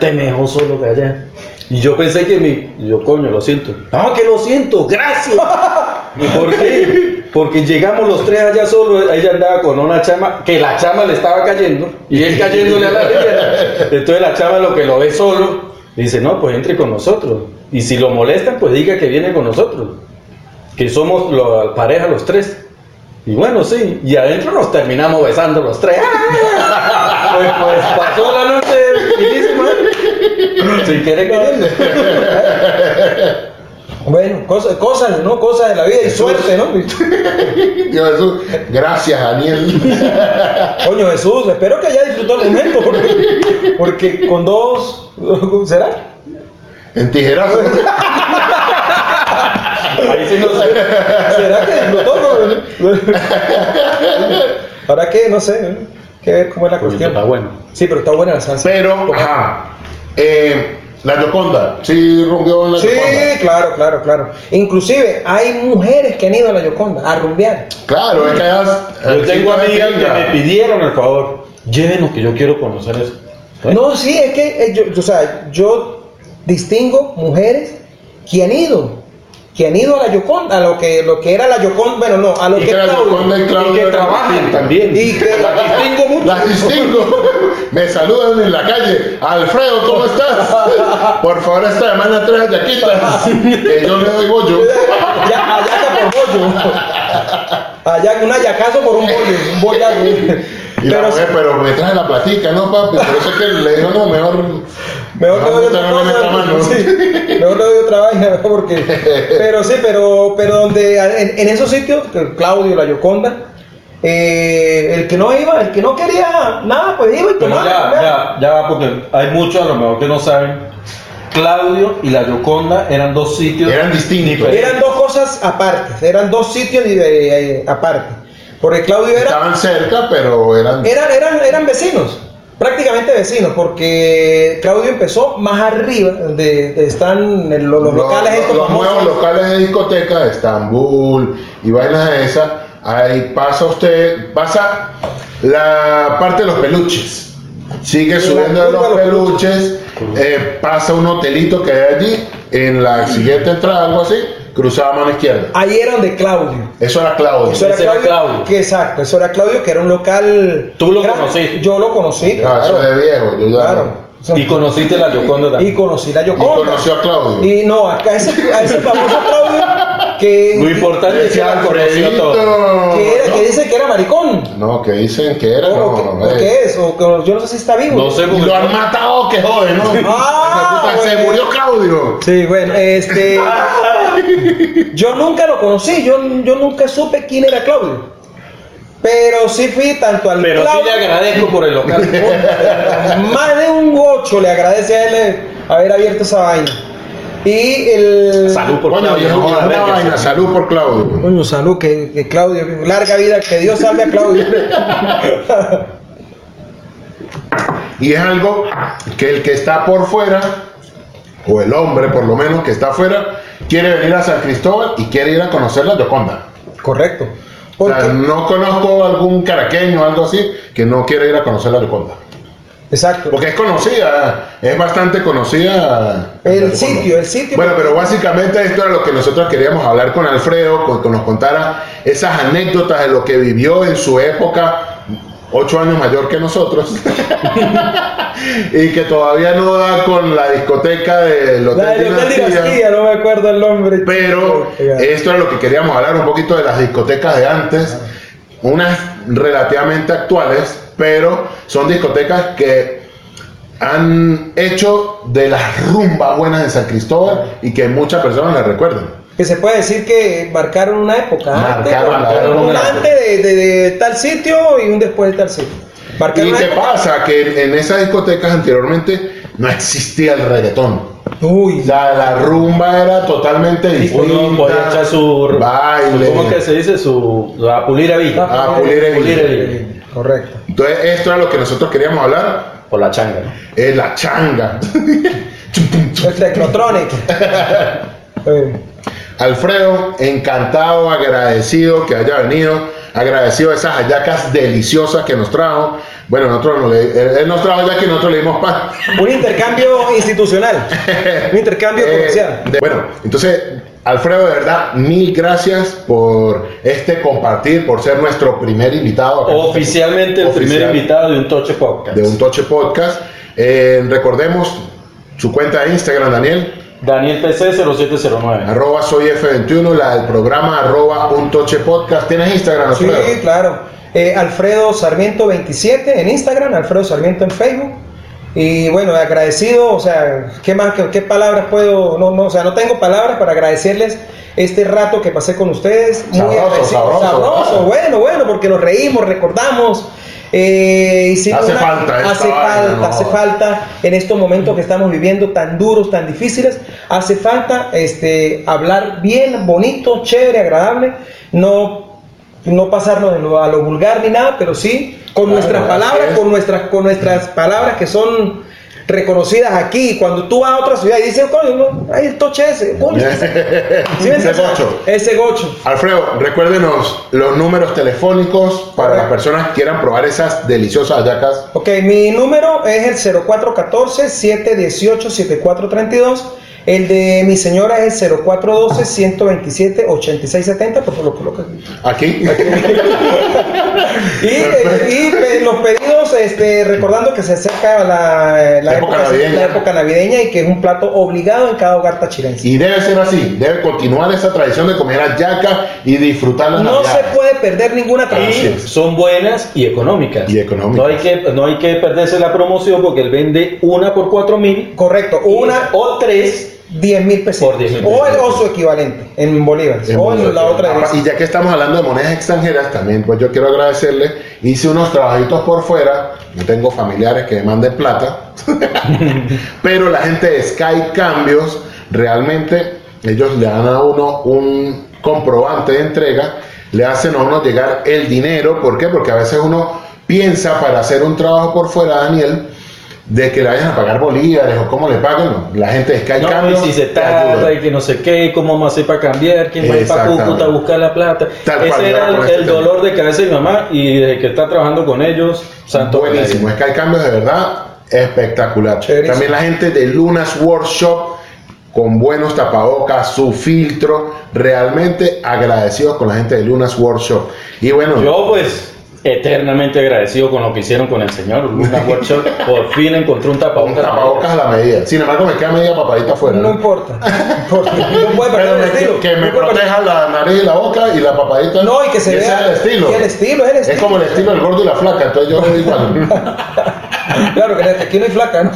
Speaker 3: Te me dejó solo allá. Y yo pensé que mi. Yo, coño, lo siento. No, que lo siento, gracias. ¿Y por qué? Porque llegamos los tres allá solo, ella andaba con una chama, que la chama le estaba cayendo, y él cayéndole a la niña. Entonces la chama lo que lo ve solo, dice, no, pues entre con nosotros. Y si lo molestan, pues diga que viene con nosotros que somos la pareja los tres. Y bueno, sí, y adentro nos terminamos besando los tres. ¡Ah! Pues, pues, pasó la noche finísima, sin querer queriendo.
Speaker 4: Bueno, cosas, cosas, ¿no? Cosas de la vida y suerte, ¿no?
Speaker 1: Yo, Jesús, Gracias, Daniel.
Speaker 4: Coño Jesús, espero que haya disfrutado el momento, porque, porque con dos, ¿será?
Speaker 1: En tijerazos.
Speaker 3: Ahí sí nos-
Speaker 4: ¿Será que disfrutó? ¿Para qué? No sé, ¿eh? que ver cómo es la
Speaker 3: Coño,
Speaker 4: cuestión.
Speaker 3: está bueno.
Speaker 4: Sí, pero está buena la salsa.
Speaker 1: Pero, ajá. eh, la Yoconda. Sí, rompió en la
Speaker 4: Sí,
Speaker 1: Gioconda.
Speaker 4: claro, claro, claro. Inclusive hay mujeres que han ido a la Yoconda a rumbear.
Speaker 1: Claro, es que ya-
Speaker 3: Yo tengo
Speaker 1: Ah, sí,
Speaker 3: amigas que
Speaker 1: venga.
Speaker 3: me pidieron el favor, llévenos que yo quiero conocer eso.
Speaker 4: No, sí, es que eh, yo, yo, o sea, yo distingo mujeres que han ido, que han ido a la Yoconda, a lo que lo que era la Yoconda, bueno, no, a lo
Speaker 1: Y
Speaker 4: que
Speaker 1: que la
Speaker 4: Claudio-
Speaker 1: Gioconda y Claudio
Speaker 3: Y que
Speaker 1: eran
Speaker 3: trabajan
Speaker 1: distintas.
Speaker 3: también.
Speaker 4: y que la distingo mucho.
Speaker 1: Las distingo. Me saludan en la calle. Alfredo, ¿cómo estás? Por favor, esta semana tres yaquitas. Que yo le doy bollo.
Speaker 4: Ya, ayaca por bollo. Allá un ayacazo por un bollo, un bollazo.
Speaker 1: Y la
Speaker 4: Pero
Speaker 1: mujer, pero me trae la platica, ¿no, papi? Por eso es que le digo, no, mejor.
Speaker 4: mejor le doy
Speaker 1: Ahorita
Speaker 4: otra
Speaker 1: Ah, no me meta
Speaker 4: vaina.
Speaker 1: mano.
Speaker 4: Sí, mejor le doy otra vaina, ¿no? porque. Pero sí, pero, pero donde en, en esos sitios, que Claudio, la Yoconda, eh, el que no iba, el que no quería nada, pues iba y
Speaker 3: Pero
Speaker 4: tomaba.
Speaker 3: ya,
Speaker 4: ¿verdad?
Speaker 3: ya, ya va, porque hay muchos a lo mejor que no saben. Claudio y la Yoconda eran dos sitios.
Speaker 1: Eran distintos.
Speaker 4: Eran dos cosas aparte, eran dos sitios eh, eh, aparte. Porque Claudio era
Speaker 1: Estaban cerca, pero eran.
Speaker 4: Eran, eran, eran vecinos, prácticamente vecinos, porque Claudio empezó más arriba, de, de están en los, los locales estos
Speaker 1: los
Speaker 4: famosos.
Speaker 1: nuevos locales de discoteca de Estambul y vainas de esas. Ahí pasa usted, pasa la parte de los peluches. Sigue subiendo de
Speaker 4: curva
Speaker 1: los
Speaker 4: de los
Speaker 1: peluches, eh, pasa un hotelito que hay allí, en la siguiente entrada, algo así, cruzada mano izquierda.
Speaker 4: Ahí era donde Claudio.
Speaker 1: Eso era Claudio.
Speaker 4: Eso era
Speaker 3: Ese era
Speaker 4: Claudio,
Speaker 3: Claudio.
Speaker 4: Que exacto, eso era Claudio, que era un local.
Speaker 3: Tú lo conociste.
Speaker 4: Yo lo conocí,
Speaker 1: Ah, eso
Speaker 4: claro.
Speaker 1: de viejo, yo ya
Speaker 4: claro.
Speaker 1: no.
Speaker 4: Eso-
Speaker 3: Y conociste la Yoconda
Speaker 4: y
Speaker 3: también.
Speaker 4: conocí la
Speaker 1: Y
Speaker 4: Yoconda.
Speaker 1: conoció a Claudio.
Speaker 4: Y no, acá ese, a ese famoso Claudio que,
Speaker 3: Lo importante es que la conoció todo.
Speaker 4: que era-
Speaker 1: No.
Speaker 4: que dice que era maricón.
Speaker 1: No, que dicen que era.
Speaker 4: O,
Speaker 1: No,
Speaker 4: que,
Speaker 1: no,
Speaker 4: o
Speaker 1: eh.
Speaker 4: que es, o que- yo no sé si está vivo.
Speaker 3: Pues. No sé,
Speaker 1: Y lo han
Speaker 3: porque
Speaker 1: matado, que joder, ¿no?
Speaker 4: Ah,
Speaker 1: Puta, se
Speaker 4: güey.
Speaker 1: murió Claudio.
Speaker 4: Sí, bueno, este. yo nunca lo conocí, yo, yo nunca supe quién era Claudio. Pero sí fui tanto al
Speaker 3: Pero sí
Speaker 4: Claudio.
Speaker 3: le agradezco por el local.
Speaker 4: más de un 8 le agradece a él eh, haber abierto esa vaina. Y el.
Speaker 3: Salud por
Speaker 1: Coño, y es
Speaker 3: Claudio.
Speaker 1: una
Speaker 3: joder, que-
Speaker 1: vaina, salud por Claudio.
Speaker 4: Coño, salud, que, que Claudio, larga vida, que Dios salve a Claudio.
Speaker 1: Y es algo que el que está por fuera, o el hombre por lo menos que está afuera, quiere venir a San Cristóbal y quiere ir a conocer la Gioconda.
Speaker 4: Correcto.
Speaker 1: O sea,
Speaker 4: Porque-
Speaker 1: no conozco algún caraqueño o algo así que no quiere ir a conocer la Gioconda.
Speaker 4: exacto.
Speaker 1: Porque es conocida, es bastante conocida.
Speaker 4: El
Speaker 1: La Gioconda.
Speaker 4: sitio, el sitio.
Speaker 1: Bueno, pero básicamente esto era lo que nosotros queríamos hablar con Alfredo, con que nos contara esas anécdotas de lo que vivió en su época, ocho años mayor que nosotros, y que todavía no da con la discoteca del Hotel,
Speaker 4: La del Hotel
Speaker 1: Dinastía.
Speaker 4: Dinastía, no me acuerdo el nombre.
Speaker 1: Pero eh,
Speaker 4: chico.
Speaker 1: esto es lo que queríamos hablar un poquito de las discotecas de antes, unas relativamente actuales, pero son discotecas que han hecho de las rumbas buenas de San Cristóbal y que muchas personas las recuerdan.
Speaker 4: Que se puede decir que marcaron una época. antes,
Speaker 1: Marcaron la
Speaker 4: marcaron un
Speaker 1: época.
Speaker 4: antes de, de- de tal sitio y un después de tal sitio. Marcaron
Speaker 1: ¿Y
Speaker 4: una
Speaker 1: qué
Speaker 4: época.
Speaker 1: pasa? Que en esas discotecas anteriormente no existía el reggaetón.
Speaker 4: Uy,
Speaker 1: La, la rumba era totalmente distinta.
Speaker 3: Uno podía echar su.
Speaker 1: baile.
Speaker 3: ¿Cómo que se dice? Su. La pulira vista.
Speaker 1: Ah, pulir el-
Speaker 4: correcto.
Speaker 1: Entonces, esto es lo que nosotros queríamos hablar,
Speaker 3: Por la changa, ¿no?
Speaker 1: es la changa. Chum, pum, chum.
Speaker 4: El Technotronic. Eh,
Speaker 1: Alfredo, encantado, agradecido que haya venido, agradecido de esas hallacas deliciosas que nos trajo. Bueno, nosotros no le- él, él nos trajo ya que nosotros le dimos pan.
Speaker 4: un intercambio institucional. Un intercambio
Speaker 1: Eh,
Speaker 4: comercial.
Speaker 1: de- bueno, entonces, Alfredo, de verdad, mil gracias por este compartir, por ser nuestro primer invitado. acá.
Speaker 3: Oficialmente el primer
Speaker 1: Oficial.
Speaker 3: invitado de un Toche Podcast.
Speaker 1: De un Toche Podcast. Eh, recordemos su cuenta de Instagram, Daniel.
Speaker 3: Daniel PC 0709.
Speaker 1: Arroba soy F21, la del programa arroba un toche podcast. ¿Tienes Instagram,
Speaker 4: Sí,
Speaker 1: Alfredo?
Speaker 4: claro. Eh, Alfredo Sarmiento 27 en Instagram, Alfredo Sarmiento en Facebook. Y bueno, agradecido, o sea, ¿qué más, qué, qué palabras puedo? No, no, o sea, no tengo palabras para agradecerles este rato que pasé con ustedes.
Speaker 1: Sabroso,
Speaker 4: agradecido,
Speaker 1: sabroso.
Speaker 4: sabroso, bueno, bueno, porque nos reímos, recordamos. eh, hicimos
Speaker 1: Hace falta esta
Speaker 4: hace
Speaker 1: vaina,
Speaker 4: falta,
Speaker 1: no
Speaker 4: hace
Speaker 1: joda.
Speaker 4: falta en estos momentos que estamos viviendo tan duros, tan difíciles, hace falta este hablar bien, bonito, chévere, agradable, no no pasarnos de lo- a lo vulgar ni nada, pero sí con
Speaker 1: Claro,
Speaker 4: nuestras
Speaker 1: así
Speaker 4: palabras,
Speaker 1: es.
Speaker 4: con nuestras con nuestras palabras que son reconocidas aquí. Cuando tú vas a otra ciudad y dices, "Coño, no, ahí el toche ese, coño, ese- ¿sí ves
Speaker 1: Ese
Speaker 4: esa-
Speaker 1: gocho.
Speaker 4: Ese gocho.
Speaker 1: Alfredo, recuérdenos los números telefónicos para las personas que quieran probar esas deliciosas hallacas.
Speaker 4: Ok, mi número es el 0414-718-7432. El de mi señora es el 0412-127-8670. Por favor, lo coloca aquí.
Speaker 1: Aquí.
Speaker 4: Y, eh, y pe- los pedidos, este, recordando que se acerca la, la
Speaker 1: Época
Speaker 4: época,
Speaker 1: navideña.
Speaker 4: la época navideña y que es un plato obligado en cada hogar tachirense.
Speaker 1: Y debe ser así, debe continuar esa tradición de comer hallacas y disfrutar las
Speaker 4: No se
Speaker 1: navidades.
Speaker 4: puede perder ninguna
Speaker 1: Así
Speaker 4: tradición.
Speaker 1: es.
Speaker 3: Y son buenas y económicas.
Speaker 1: Y económicas.
Speaker 3: No hay que, no hay que perderse la promoción porque él vende una por cuatro mil.
Speaker 4: Correcto, una
Speaker 3: Una o tres.
Speaker 4: 10 mil pesos.
Speaker 3: Por 10.000
Speaker 4: O, el-
Speaker 3: pesos.
Speaker 4: o su equivalente en bolívares. o en la otra.
Speaker 1: Ah, y ya que estamos hablando de monedas extranjeras, también pues yo quiero agradecerle. Hice unos trabajitos por fuera. No tengo familiares que me manden plata. Pero la gente de Sky Cambios, realmente ellos le dan a uno un comprobante de entrega. Le hacen a uno llegar el dinero. ¿Por qué? Porque a veces uno piensa para hacer un trabajo por fuera, Daniel, de que le vayan a pagar bolívares o cómo le pagan. No, La gente de Sky
Speaker 3: No, y
Speaker 1: Cambios.
Speaker 3: si se
Speaker 1: te ayuda.
Speaker 3: tarda y que no sé qué, cómo vamos a hacer para cambiar, quién va a ir para
Speaker 1: Exactamente.
Speaker 3: Cúcuta a buscar la plata.
Speaker 1: Tal cual,
Speaker 3: Ese
Speaker 1: yo
Speaker 3: era
Speaker 1: con
Speaker 3: el,
Speaker 1: este
Speaker 3: el
Speaker 1: tema.
Speaker 3: dolor de cabeza de mi mamá y desde que está trabajando con ellos, santo
Speaker 1: Buenísimo, es que hay cambios de verdad espectacular.
Speaker 4: Chéverísimo.
Speaker 1: También la gente de Lunas Workshop con buenos tapabocas, su filtro, realmente agradecidos con la gente de Lunas Workshop. Y bueno,
Speaker 3: remedio. Yo pues, Eternamente agradecido con lo que hicieron con el señor Luna Workshop. Por fin encontró un
Speaker 1: Un
Speaker 3: tapabocas.
Speaker 1: tapabocas a la medida. Sin embargo, me queda media papadita afuera.
Speaker 4: No
Speaker 1: ¿no?
Speaker 4: importa. No importa. No puede perder
Speaker 1: Pero
Speaker 4: el
Speaker 1: me-
Speaker 4: estilo.
Speaker 1: que me
Speaker 4: no, puede perder-
Speaker 1: proteja la nariz y la boca y la papadita.
Speaker 4: No, y que se
Speaker 1: ese
Speaker 4: vea.
Speaker 1: es el estilo.
Speaker 4: y el estilo, es el
Speaker 1: Es
Speaker 4: estilo.
Speaker 1: como el estilo del gordo y la flaca, entonces yo soy igual.
Speaker 4: Claro que este, aquí no hay flaca, ¿no?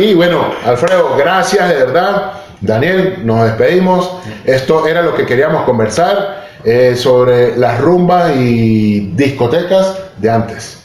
Speaker 1: Y bueno, Alfredo, gracias de verdad. Daniel, nos despedimos. Esto era lo que queríamos conversar eh, sobre las rumbas y discotecas de antes.